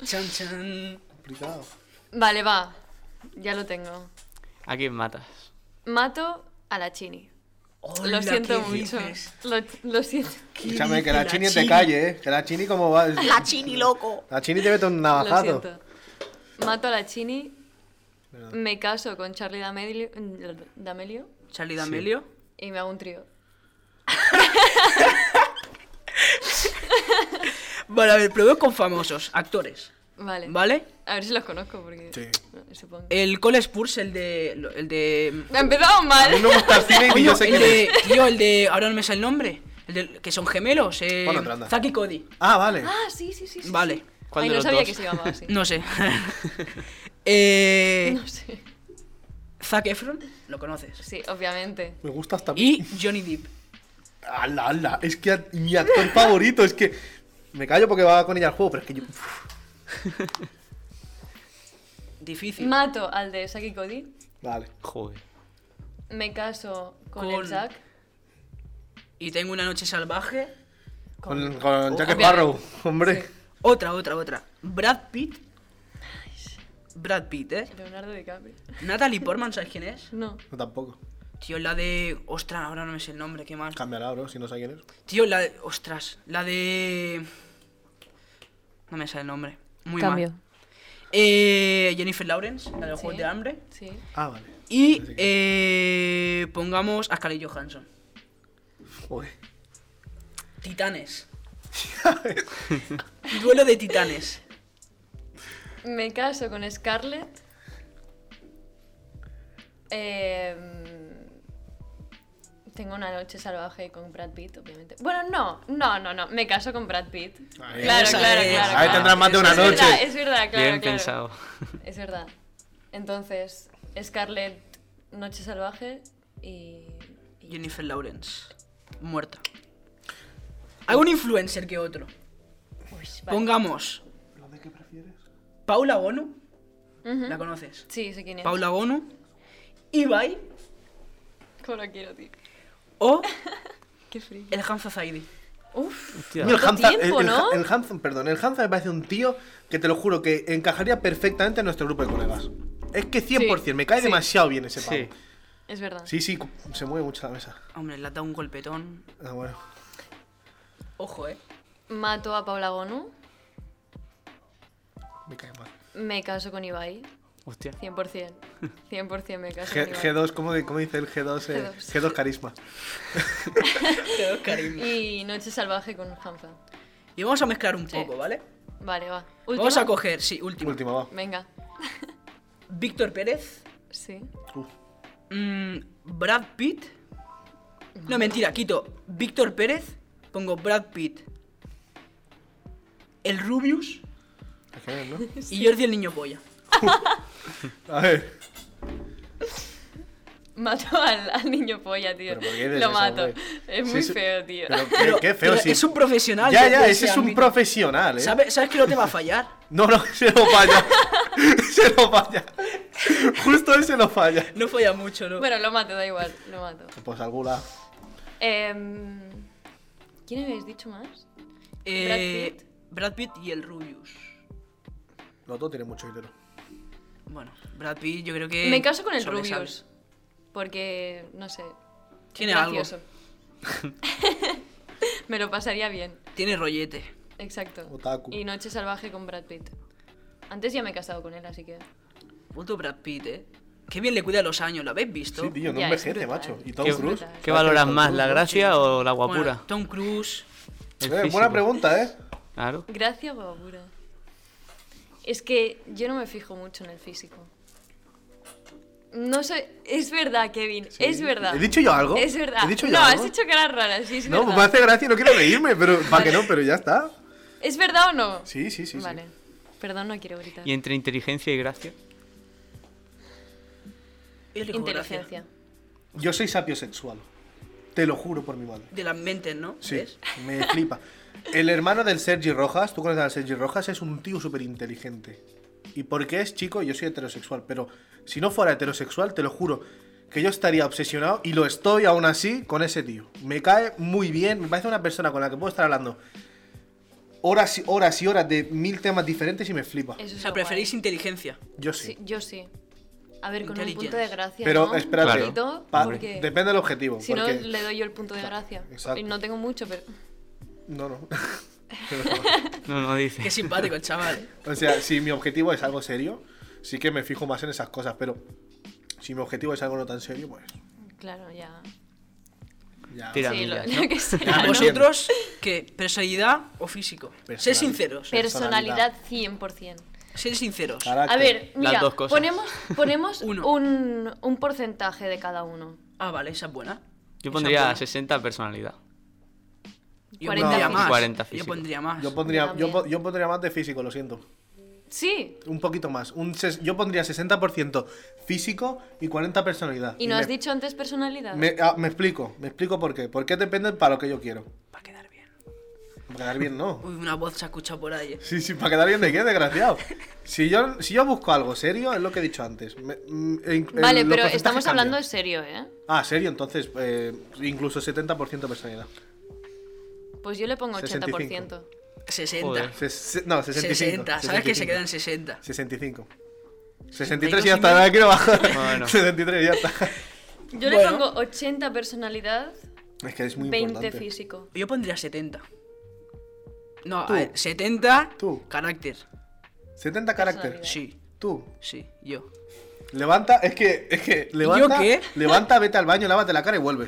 Chan, chan. Complicado. Vale, va. Ya lo tengo. ¿A quién matas? Mato a la Chini. Hola, lo siento ¿qué mucho. dices? Lo, lo siento. ¿Qué Escúchame, que dice la chini te calle, ¿eh? Que la chini como va... La chini, loco. La chini te mete un Lo navajazo. siento. Mato a la Chini. Verdad. Me caso con Charlie D'Amelio, mm, D'Amelio Charlie D'Amelio. y me hago un trío. Vale, a ver, probemos con famosos, actores. Vale. ¿Vale? Eh, A ver si los conozco porque. Sí. no, Supongo. El Cole Spurs, el de. lo- El de. Me ha empezado A mí mal. no me gusta el cine y ni Coño, yo sé el quién de. es. Tío, el de. Ahora no me sale el nombre. El de. Que son gemelos. Eh, Bueno, otra anda. Zack y Cody. Ah, vale. Ah, sí, sí, sí. sí, Vale. sí. ¿Cuál Ay, de no los sabía dos? que se llamaba así. No sé. eh, No sé. Zac Efron, lo conoces. Sí, obviamente. Me gusta hasta... Y Johnny Depp. ¡Hala, hala! Es que a- mi actor favorito es que... Me callo porque va con ella al juego, pero es que yo... Difícil. Mato al de Saki Cody. Vale. Joder. Me caso con, Con- el Zack. y tengo una noche salvaje. Con, con Jack Obviamente. Sparrow, hombre. Otra, otra, otra. Brad Pitt. Brad Pitt, ¿eh? Leonardo DiCaprio. Natalie Portman, ¿sabes quién es? No. No tampoco. Tío, la de. Ostras, ahora no me sé el nombre, qué mal. Cámbiala, bro, si no sé quién es. Tío, la de. Ostras, la de. No me sale el nombre. Muy mal. Eh, Jennifer Lawrence, la del Sí. juego de hambre. Sí. Ah, vale. Y eh, pongamos a Scarlett Johansson. Joder. Titanes. Duelo de titanes. Me caso con Scarlett. Em, tengo una noche salvaje con Brad Pitt, obviamente. Bueno, no, no, no, no. Me caso con Brad Pitt. Ahí. claro, Esa claro, es. claro. Ahí claro. tendrás más de una es noche. Verdad, es verdad, claro. Bien claro. pensado. Es verdad. Entonces, Scarlett, noche salvaje y. y- Jennifer Lawrence. Muerta. Algún influencer que otro. Pues, vale. Pongamos. Paula Bono. Ujú. ¿La conoces? ¿Mm? Sí, sé quién es. Paula Bono. Ibai. Como lo quiero, tío. O Qué frío. el Hanzo Zaidi. Uf. Hostia. Coño, el Poco Hanza, tiempo, el- el- ¿no? el Hanza- perdón, el Hanza me parece un tío que te lo juro que encajaría perfectamente en nuestro grupo de colegas. Es que 100%, me cae sí. demasiado bien ese pavo. Sí. Es verdad. Sí, sí, cu- se mueve mucho la mesa. Hombre, le ha dado un golpetón. Ah, bueno. Ojo, eh. Mato a Paula Gonu. Me cae mal. Me caso con Ibai, Hostia. 100%. 100% me caso G con Ibai. 2 ¿cómo, de- cómo dice el G2? Eh, G2. G2 carisma. Quedó carisma. Y Noche Salvaje con Hamza. Y vamos a mezclar un Sí. poco, ¿vale? Vale, va. Vamos ¿Última? a coger, sí, último. Última, va. Venga. Víctor Pérez, Sí. Uf. mm, Brad Pitt. No, mentira, quito. Víctor Pérez, pongo Brad Pitt. El Rubius Hay que ver, ¿no? y Jordi el niño polla. A ver. Mato al, al niño polla, tío. ¿Pero por qué dices Lo eso, mato. hombre? Es Sí, muy sí. feo, tío. Pero qué, Pero- qué feo, pero sí. Es un profesional. Ya, de- ya, de ese es un ámbito. profesional, ¿eh? ¿Sabe- ¿Sabes que no te va a fallar? No, no, se lo falla. se lo falla. Justo él se lo falla. No falla mucho, ¿no? Bueno, lo mato, da igual. Lo mato. Pues alguna. Em, ¿Quién habéis dicho más? Eh, Brad Pitt. Brad Pitt y el Rubius. El otro tiene mucho dinero. Bueno, Brad Pitt yo creo que... me caso con el sobresale. Rubius. Porque, no sé. es Tiene gracioso. me lo pasaría bien. Tiene rollete. Exacto. Otaku. Y Noche Salvaje con Brad Pitt. Antes ya me he casado con él, así que. Puto Brad Pitt, ¿eh? Qué bien le cuida los años, ¿lo habéis visto? Sí, tío, no Ya, envejece, es brutal. macho. ¿Y Tom ¿Qué, Es Cruise? brutal. qué valoras Tom más, Cruise, la ¿no? gracia o la Bueno, guapura? Tom Cruise. El Eh, físico. buena pregunta, ¿eh? Claro. Gracias, guapura. Es que yo no me fijo mucho en el físico. No sé. Es verdad, Kevin. Es verdad. ¿He dicho yo algo? Es verdad. ¿He dicho yo no, algo? has hecho caras raras. Sí, es No, pues verdad. me hace gracia y no quiero reírme, pero para que no, pero ya está. ¿Es verdad o no? Sí, sí, sí. sí. Vale. Perdón, no quiero gritar. Y entre inteligencia y gracia. Yo elijo Inteligencia. Yo soy sapiosexual. Te lo juro por mi madre. gracia. De las mentes, ¿no? Sí, ¿Ves? me flipa. El hermano del Sergi Rojas, tú conoces al Sergi Rojas, es un tío súper inteligente. Y porque es chico, yo soy heterosexual, pero si no fuera heterosexual, te lo juro, que yo estaría obsesionado, y lo estoy aún así, con ese tío. Me cae muy bien, me parece una persona con la que puedo estar hablando horas y horas y horas de mil temas diferentes y me flipa. Eso O es sea, lo preferís guay. inteligencia. Yo sí. Eh, Sí, yo sí. A ver, con un punto Intelligence. de gracia. pero ¿no? espérate, Un poquito, pa- porque depende del objetivo. si no, porque... le doy yo el punto de gracia. Exacto. Y no tengo mucho, pero. No, no. No, no dice. Qué simpático el chaval. ¿eh? O sea, si mi objetivo es algo serio, sí que me fijo más en esas cosas, pero si mi objetivo es algo no tan serio, pues Claro, ya. ya. Tira. sí, lo, Piramidal, lo que sea. Ya, me entiendo. ¿Vosotros qué? ¿Personalidad o físico? Ser Personalidad. sinceros. Personalidad. Personalidad 100%. Ser sinceros. Carácter. A ver, Las mira, dos cosas. ponemos, ponemos Uno. un, un porcentaje de cada uno. Ah, vale, esa es buena. Yo Esa pondría es buena. 60 personalidad. Yo 40 pondría y más. 40 Yo físico. pondría más. yo pondría, yo, También. po- yo pondría más de físico, lo siento. Sí. Un poquito más. Un ses- yo pondría 60% físico y 40% personalidad. ¿Y no me- has dicho antes personalidad? Me, ah, me explico, me explico por qué. ¿Por qué depende para lo que yo quiero? Para quedar bien. Para quedar bien, no. Uy, una voz se ha escuchado por ahí. eh. Sí, sí, para quedar bien de qué, desgraciado. Si yo, si yo busco algo serio, es lo que he dicho antes. Me- mm, e inc- Vale, el- los pero porcentajes estamos cambian. hablando de serio, ¿eh? Ah, serio, entonces eh, incluso 70% personalidad. Pues yo le pongo 65. 80%. 60. Joder. Se- se- no, 65. 60. ¿Sabes que se 65. quedan 60? 65. 62 63 ya está, y medio. nada quiero bajar. Bueno. 63 ya está. Yo le Bueno. pongo 80 personalidad, Es que es muy 20 importante. físico. Yo pondría 70. No, Tú. a ver, 70 Tú. carácter. 70 carácter. Personalidad. Sí, Tú, sí, yo. levanta, es que, es que, levanta, ¿Yo qué? levanta, vete al baño, lávate la cara y vuelve.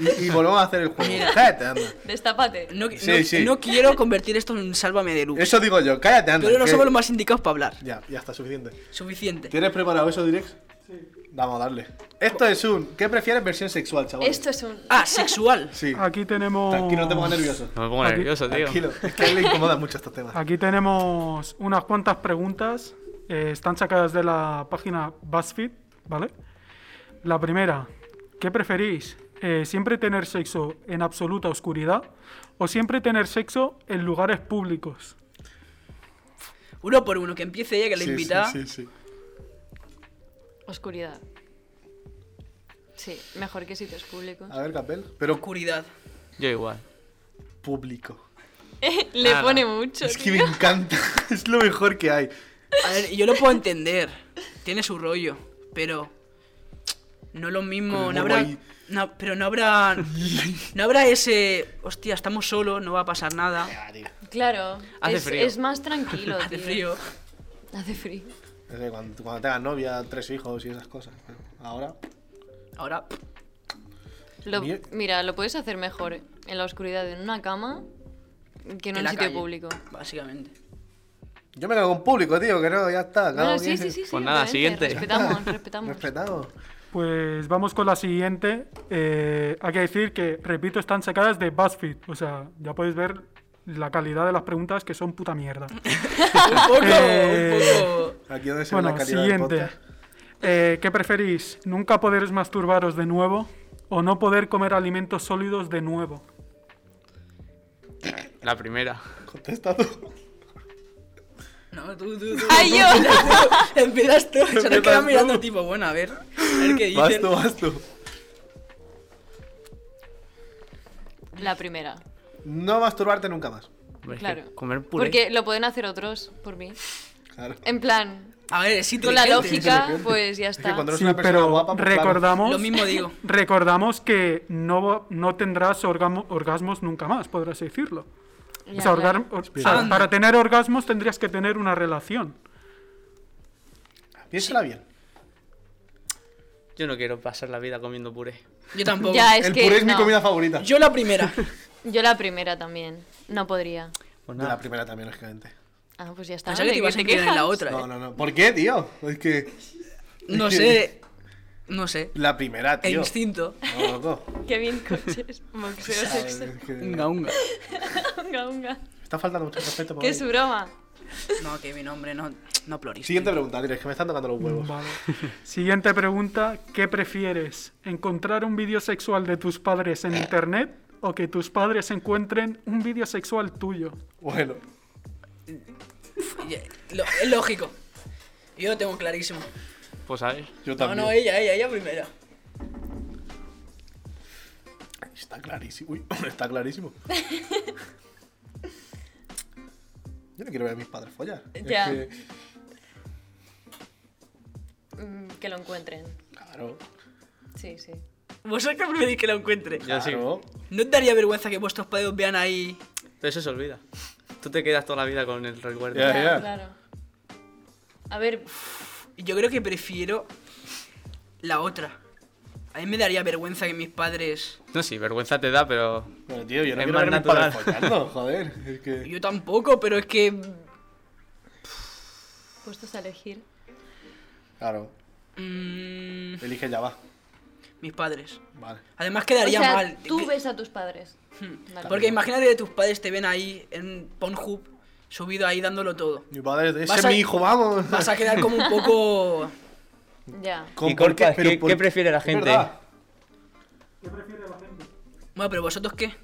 Y, y volvemos a hacer el juego. Cállate, anda. Destápate. No, qui- Sí, no- sí. no quiero convertir esto en un sálvame de luz. Eso digo yo, cállate, anda. Pero no que- somos los más indicados para hablar. Ya, ya está, suficiente. Suficiente. ¿Tienes preparado eso, Direx? Sí. Vamos a darle. Esto es un, ¿qué prefieres versión sexual, chaval? Esto es un. Ah, sexual. Sí, Aquí tenemos. tranquilo, no te pongas nervioso. No me pongo Aquí- nervioso, tío. Tranquilo, es que a él le incomodan mucho estos temas. Aquí tenemos unas cuantas preguntas. eh, están sacadas de la página BuzzFeed, ¿vale? La primera, ¿qué preferís? Eh, ¿Siempre tener sexo en absoluta oscuridad o siempre tener sexo en lugares públicos? Uno por uno, que empiece ella, que Sí, la sí, invita. sí, sí. Oscuridad. Sí, mejor que sitios públicos. A ver, Capel. Pero Oscuridad. Yo igual. público. Le Nada. pone mucho. Es que tío. me encanta. Es lo mejor que hay. A ver, yo lo puedo entender. Tiene su rollo. Pero. No es lo mismo. Con el No habrá. móvil. no- pero no habrá. No habrá ese. Hostia, estamos solos, no va a pasar nada. Claro. Hace es, frío. es más tranquilo. Hace tío. frío. Hace frío. No sé, cuando, cuando tengas novia, tres hijos y esas cosas. Pero ahora, Ahora, Lo- Mira- mira, lo puedes hacer mejor en la oscuridad en una cama que en En un la sitio calle. público. básicamente. yo me cago en público, tío, que no, ya está. cada Bueno, uno sí, tiene- sí, sí, sí. Pues nada, obviamente, siguiente. Respetamos, respetamos. Respetado. Pues vamos con la siguiente. Eh, hay que decir que, repito, están sacadas de BuzzFeed. O sea, ya podéis ver la calidad de las preguntas que son puta mierda. un poco, Eh, un poco. Aquí donde se ve Bueno, la calidad del siguiente. podcast. Eh, ¿Qué preferís? ¿Nunca poderos masturbaros de nuevo o no poder comer alimentos sólidos de nuevo? La primera. Contesta tú. No, tú, tú, tú. ¡Ay, yo! Empiezas tú. Se nos queda Empiezas mirando tú. tipo, bueno, a ver. A ver qué Vas dicen. tú, vas tú. La primera, No masturbarte nunca más. Hombre, es que claro. Comer puré. Porque lo pueden hacer otros por mí. Claro. En plan, A ver, sí, con la lógica, pues ya Es que está. cuando eres Sí, una persona pero guapa, pues, claro. recordamos, Lo mismo digo. recordamos que no, no tendrás orgamo- orgasmos nunca más, podrás decirlo. Ya, o sea, claro. orgar- o sea, Anda. para tener orgasmos tendrías que tener una relación. Piénsala bien. Yo no quiero pasar la vida comiendo puré. Yo tampoco. Ya, eh. es el que puré es mi no. comida favorita. Yo la primera. Yo la primera también. No podría. Pues De la nada. primera también, lógicamente. Ah, pues ya está. Pensaba que te ¿de qué ibas a te inclinar en la quejas? otra. No, No, no, no. ¿Por qué, tío? Es que no sé. No sé. la primera, El tío. instinto. No, loco. Qué bien coches, boxeo, sexo. Es que- Unga, unga. Unga, unga. Está faltando mucho respeto por Que mí. es broma. No, que mi nombre no, no pluriste. Siguiente pregunta, tío, es que me están tocando los Mm. huevos. Vale. Siguiente pregunta, ¿qué prefieres? ¿Encontrar un vídeo sexual de tus padres Eh. en internet o que tus padres encuentren un vídeo sexual tuyo? Bueno, Ya, eh, lo- es lógico. Yo lo tengo clarísimo. Pues a ver. yo No, también. no, ella, ella, ella primero. eh. Está clarísimo. Uy, está clarísimo. Yo no quiero ver a mis padres follar. Es Ya. que- Mm, Que lo encuentren. claro. Sí, sí. Vosotros preferís que lo encuentre. Yo sí. claro. ¿No te daría vergüenza que vuestros padres os vean ahí? Pero eso se olvida. Tú te quedas toda la vida con el recuerdo. Ya, Claro, ya. claro. A ver, Yo creo que prefiero la otra. A mí me daría vergüenza que mis padres... No, sí, vergüenza te da, pero. Bueno, tío, yo no Es quiero más ver a mis natural. padres follando, joder. Es que... Yo tampoco, pero es que... puestos a elegir. Claro. mm, Elige ya va. mis padres. Vale. Además O quedaría sea, mal. tú Que- ves a tus padres. Hmm. Vale. Porque imagínate que tus padres te ven ahí en Pornhub, subido ahí dándolo todo. Mi padre, ese Vas es a- mi hijo, vamos. Vas a quedar como un poco... Ya. Con- ¿Y ¿por Corpas, Pero qué- por- qué prefiere la Es gente? verdad. Bueno, pero vosotros qué?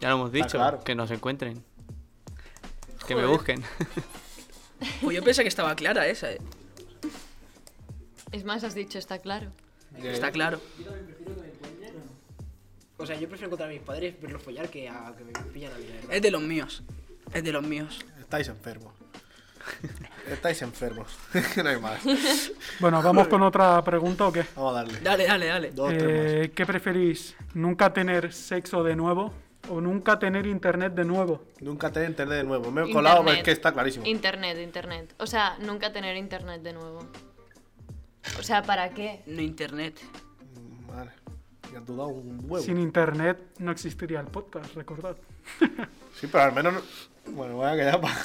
Ya lo hemos dicho, Ah, claro. que nos encuentren. Que me Joder. busquen. Pues yo pensé que estaba clara esa, eh. Es más, has dicho, está claro. Está claro. O sea, yo prefiero encontrar a mis padres, verlos follar, que a que me pillan a mí, la verdad. Es de los míos. Es de los míos. Estáis enfermos. Estáis enfermos. no hay más. Bueno, vamos con otra pregunta o qué? Vamos a darle. Dale, dale, dale. Dos, tres más. Eh, ¿Qué preferís? ¿Nunca tener sexo de nuevo o nunca tener internet de nuevo? Nunca te internet de nuevo. Me he colado, pero es Internet. que está clarísimo. Internet, internet. O sea, nunca tener internet de nuevo. O sea, ¿para qué? No internet. Mm, Vale. Me has dudado un huevo. Sin internet no existiría el podcast, recordad. Sí, pero al menos. no- Bueno, voy a quedar para.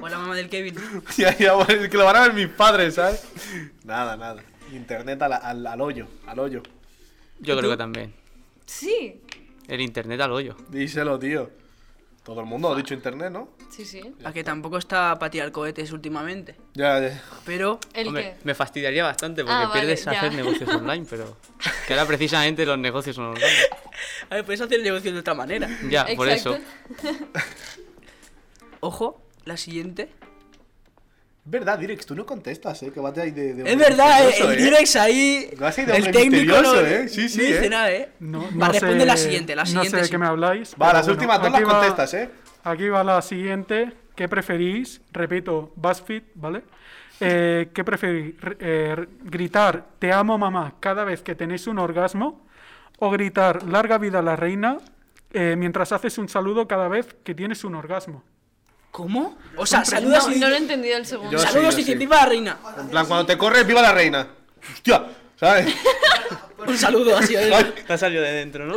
Hola, mamá del Kevin. ya, ya, bueno, es que lo van a ver mis padres, ¿sabes? Nada, nada. Internet al, al, al hoyo, al hoyo. Yo creo que también. Sí. El internet al hoyo. Díselo, tío. Todo el mundo ha dicho internet, ¿no? Sí, sí. A que tampoco está para tirar cohetes últimamente. Ya, ya. Pero ¿El Hombre, qué? me fastidiaría bastante porque Ah, vale, pierdes ya. hacer negocios online, pero. Que ahora precisamente los negocios son online. a ver, puedes hacer el negocio de otra manera. Ya, por eso. Exacto. Ojo, la siguiente. Es verdad, Direx, tú no contestas, ¿eh? Que vas ahí de. de Es verdad, eh, misterioso, el Direx ahí. Lo has sido el hombre técnico no, misterioso, eh. Sí, sí, no dice eh. nada, eh. No, Va, no responde sé- la siguiente, la siguiente. No sé de sí. qué me habláis. Va, pero las bueno, últimas dos las aquí va- contestas, ¿eh? Aquí va la siguiente. ¿Qué preferís? Repito, BuzzFeed, ¿vale? Eh, ¿Qué preferís? R- eh, r- ¿Gritar te amo mamá cada vez que tenéis un orgasmo? ¿O gritar larga vida a la reina eh, mientras haces un saludo cada vez que tienes un orgasmo? ¿Cómo? O sea, saludas y No lo he entendido el segundo. Yo- saludos sí, y sí. dices, viva la reina. En plan, cuando te corres, viva la reina. ¡Hostia! ¿Sabes? Un saludo así. a él. Te ha salido de dentro, ¿no?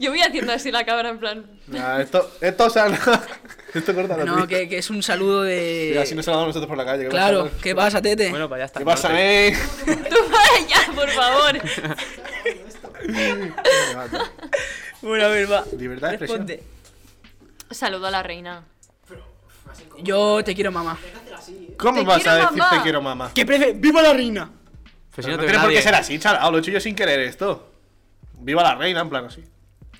Yo voy haciendo así la cámara en plan. Nah, esto, esto, o sea, no. esto corta la No, que, que es un saludo de... Así nos salgamos nosotros por la calle. ¿qué Claro, pasa? ¿qué pasa, Tete? Bueno, para allá está. Pues ¿Qué pasa, eh? Tú para allá, por favor. Bueno, a ver, va. Libertad de expresión. Responde. Saludo a la reina. Yo te quiero, mamá. ¿Cómo Te vas quiero, a decir mamá. te quiero, mamá? ¿Qué prefe? ¡Viva la reina! Pues si no no, te ve tiene por qué nadie. ser así, chaval. Lo he hecho yo sin querer esto. Viva la reina, en plan así.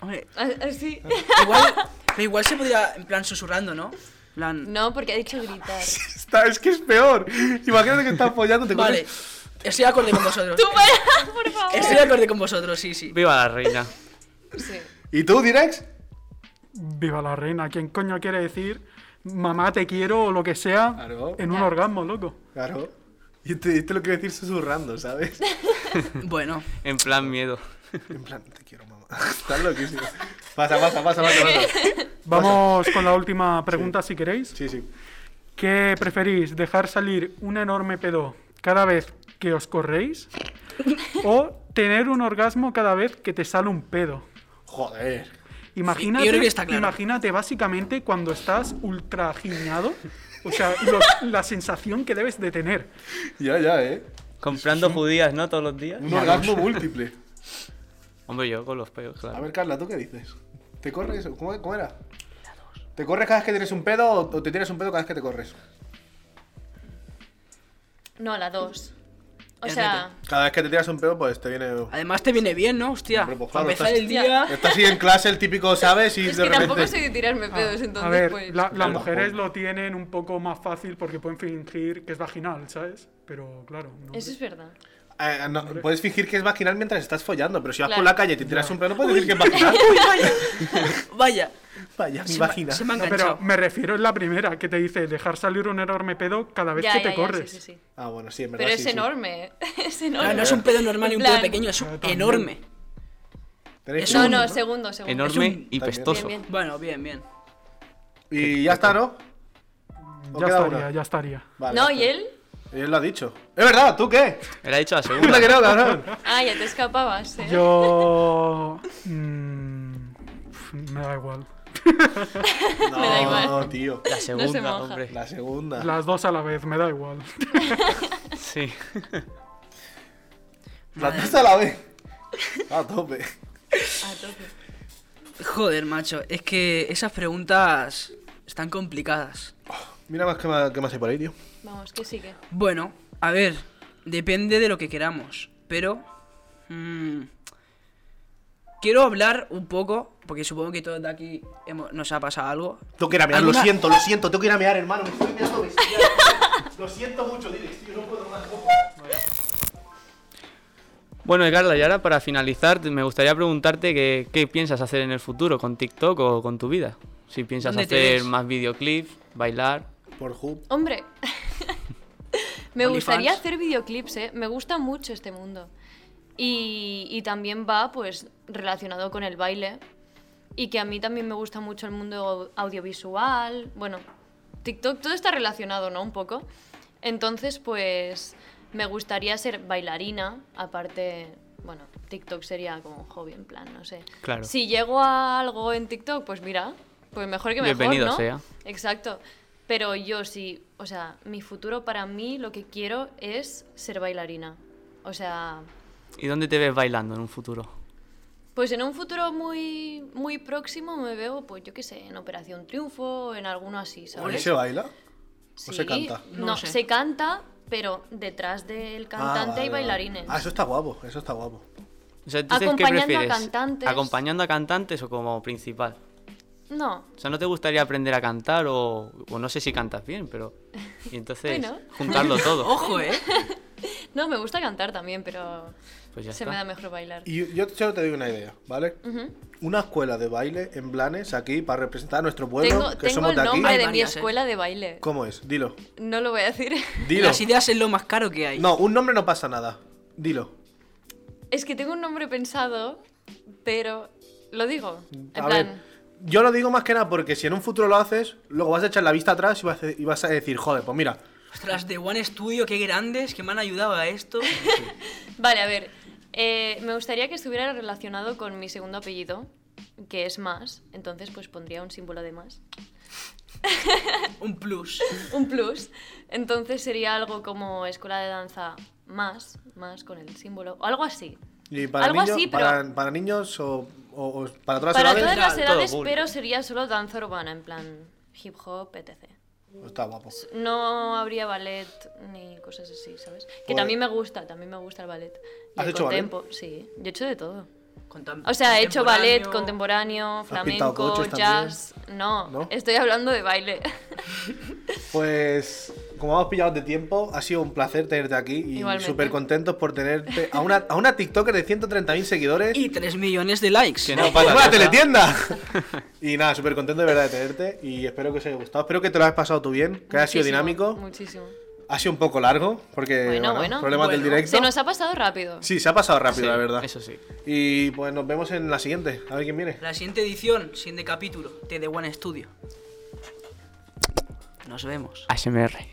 Hombre, A- Así. igual, pero igual se podría, en plan, susurrando, ¿no? En plan... No, porque ha dicho gritar. Está, es que es peor. Imagínate que estás follando, te Vale, corres. estoy de acuerdo con vosotros. Tú para, por Estoy favor. de acuerdo con vosotros, sí, sí. Viva la reina. Sí. ¿Y tú, Direx? Viva la reina. ¿Quién coño quiere decir mamá te quiero o lo que sea Claro. en un orgasmo, loco? Claro. Y te, y te lo quiero decir susurrando, ¿sabes? Bueno, En plan miedo. En plan, te quiero, mamá. Estás loquísimo. Pasa, pasa, pasa, pasa, pasa. Vamos con la última pregunta si queréis. Sí, sí. ¿Qué preferís? ¿Dejar salir un enorme pedo cada vez que os corréis? ¿O tener un orgasmo cada vez que te sale un pedo? Joder. Imagínate, Yo creo que está claro. imagínate básicamente cuando estás ultra giñado, o sea, los- la sensación que debes de tener. Ya, ya, ¿eh? Comprando judías, ¿no? Todos los días. Un orgasmo múltiple. Hombre, yo con los peos, A claro. ver, Carla, ¿tú qué dices? ¿Te corres? ¿Cómo, cómo era? ¿Te corres cada vez que tienes un pedo o o te tienes un pedo cada vez que te corres? No, la dos. O Es sea, Cada vez que te tiras un pedo, pues te viene. además te viene bien, ¿no? Hostia, Hombre, pues para claro, empezar estás- el día... Estás así en clase, el típico, ¿sabes? Y es de que repente. tampoco soy de tirarme pedos, entonces A ver, pues. la- las Claro. mujeres lo tienen un poco más fácil porque pueden fingir que es vaginal, ¿sabes? Pero claro, no. Eso es verdad. Eh, no, puedes fingir que es vaginal mientras estás follando, pero si vas Claro. por la calle y te tiras un pedo, no puedes decir que es vaginal. Uy, vaya. Vaya. Vaya, mi Se, me- vagina. se me ha No, pero enganchado. me refiero en la primera que te dice dejar salir un enorme pedo cada vez Ya, que ya, te ya, corres. sí, sí, sí. Ah, bueno, sí, en verdad. Pero es sí, sí. enorme. ¿eh? Es No, enorme. no es un pedo normal y un pedo Plan- pequeño, es un Ah, también. enorme. Tenéis Es que- No, no, segundo, segundo. Enorme un- y También. pestoso. Bien, Bueno, bien, bien. Y ya está, ¿no? ¿O Ya queda estaría, una? ya estaría. Vale, No, ya y está. él. Y él lo ha dicho. Es verdad, ¿tú qué? Me la he dicho la segunda. Tú que no, cabrón. Ah, ya te escapabas, eh. Yo... mm, pf, me da igual. No, da igual. tío. La segunda, moja. hombre. La segunda. Las dos a la vez, me da igual. Sí. La dos a la vez. A tope. A tope. Joder, macho, es que esas preguntas están complicadas. Mira más que más, que más hay por ahí, tío. Vamos, que sigue. Bueno, a ver, depende de lo que queramos, pero... mm, quiero hablar un poco, porque supongo que todos de aquí hemos- nos ha pasado algo. Tengo que ir a mear, lo Alguna- siento, lo siento, tengo que ir a mear, hermano. Me estoy meando bestial. lo siento mucho, Direx, tío, no puedo más. Bueno, y Carla, y ahora para finalizar, me gustaría preguntarte qué, qué piensas hacer en el futuro con TikTok o con tu vida. Si piensas ¿Dónde te hacer ves? más videoclips, bailar. Por Hub. Hombre, me OnlyFans. gustaría hacer videoclips, ¿eh? Me gusta mucho este mundo. Y, y también va, pues, relacionado con el baile. Y que a mí también me gusta mucho el mundo au- audiovisual. Bueno, TikTok, todo está relacionado, ¿no? Un poco. Entonces, pues, me gustaría ser bailarina. Aparte, bueno, TikTok sería como un hobby, en plan, no sé. Claro. Si llego a algo en TikTok, pues mira, pues mejor que mejor, Bienvenido ¿no? sea. Exacto. Pero yo sí, o sea, mi futuro para mí lo que quiero es ser bailarina. O sea, ¿Y dónde te ves bailando en un futuro? pues en un futuro muy muy próximo me veo, pues yo qué sé, en Operación Triunfo o en alguno así, ¿Y ¿sabes? se baila? Sí, se canta? No, No sé. se canta, pero detrás del Ah, cantante vale, hay vale. bailarines. Ah, eso está guapo, eso está guapo. O sea, entonces, Acompañando ¿qué a prefieres? cantantes. ¿Acompañando a cantantes o como principal? No, O sea, ¿no te gustaría aprender a cantar o, o no sé si cantas bien, pero... Y entonces, Bueno. juntarlo todo. Ojo, ¿eh? no, me gusta cantar también, pero Pues ya se está. me da mejor bailar. Y yo solo te doy una idea, ¿vale? Ujú. Una escuela de baile en Blanes aquí para representar a nuestro pueblo, Tengo, que tengo somos el de aquí. nombre Hay de mi varias, ¿eh? escuela de baile. ¿Cómo es? Dilo. No lo voy a decir. Dilo. Las ideas es lo más caro que hay. No, un nombre no pasa nada. Dilo. Es que tengo un nombre pensado, pero lo digo. En a plan, ver, Yo lo digo más que nada porque si en un futuro lo haces, luego vas a echar la vista atrás y vas a, y vas a decir, joder, pues mira, Ostras, de One Studio, qué grandes, que me han ayudado a esto. Vale, a ver. eh, me gustaría que estuviera relacionado con mi segundo apellido, que es más. Entonces, pues pondría un símbolo de más. Un plus. Un plus. Entonces sería algo como escuela de danza más, más con el símbolo. O algo así. y para, Algo niños, así, pero- para, para niños o, o- o para todas las Para edades, todas las Todo edades, público. pero sería solo danza urbana, en plan hip hop, etc. pues está guapo. No habría ballet ni cosas así, ¿sabes? Que Pues- también me gusta, también me gusta el ballet. Y ¿Has el hecho ballet? contempo, sí. Yo he hecho de todo. Contem- O sea, he hecho ballet, contemporáneo. contemporáneo, pintado flamenco, coches jazz. No, ¿No? estoy hablando de baile. Pues como hemos pillado de tiempo, ha sido un placer tenerte aquí y Igualmente. súper contentos por tenerte a una, a una TikToker de 130.000 seguidores. Y 3 millones de likes. Que no pasa ¡Una nada. teletienda! y nada, súper contento de verdad de tenerte y espero que os haya gustado. Espero que te lo hayas pasado tú bien, que haya sido Muchísimo, dinámico. Muchísimo. Ha sido un poco largo, porque Bueno, bueno, bueno. problemas del Bueno, directo. Se nos ha pasado rápido. Sí, se ha pasado rápido, Sí, la verdad. Eso sí. Y pues nos vemos en la siguiente. A ver quién viene. La siguiente edición, siguiente capítulo de The One Studio. Nos vemos. HMR.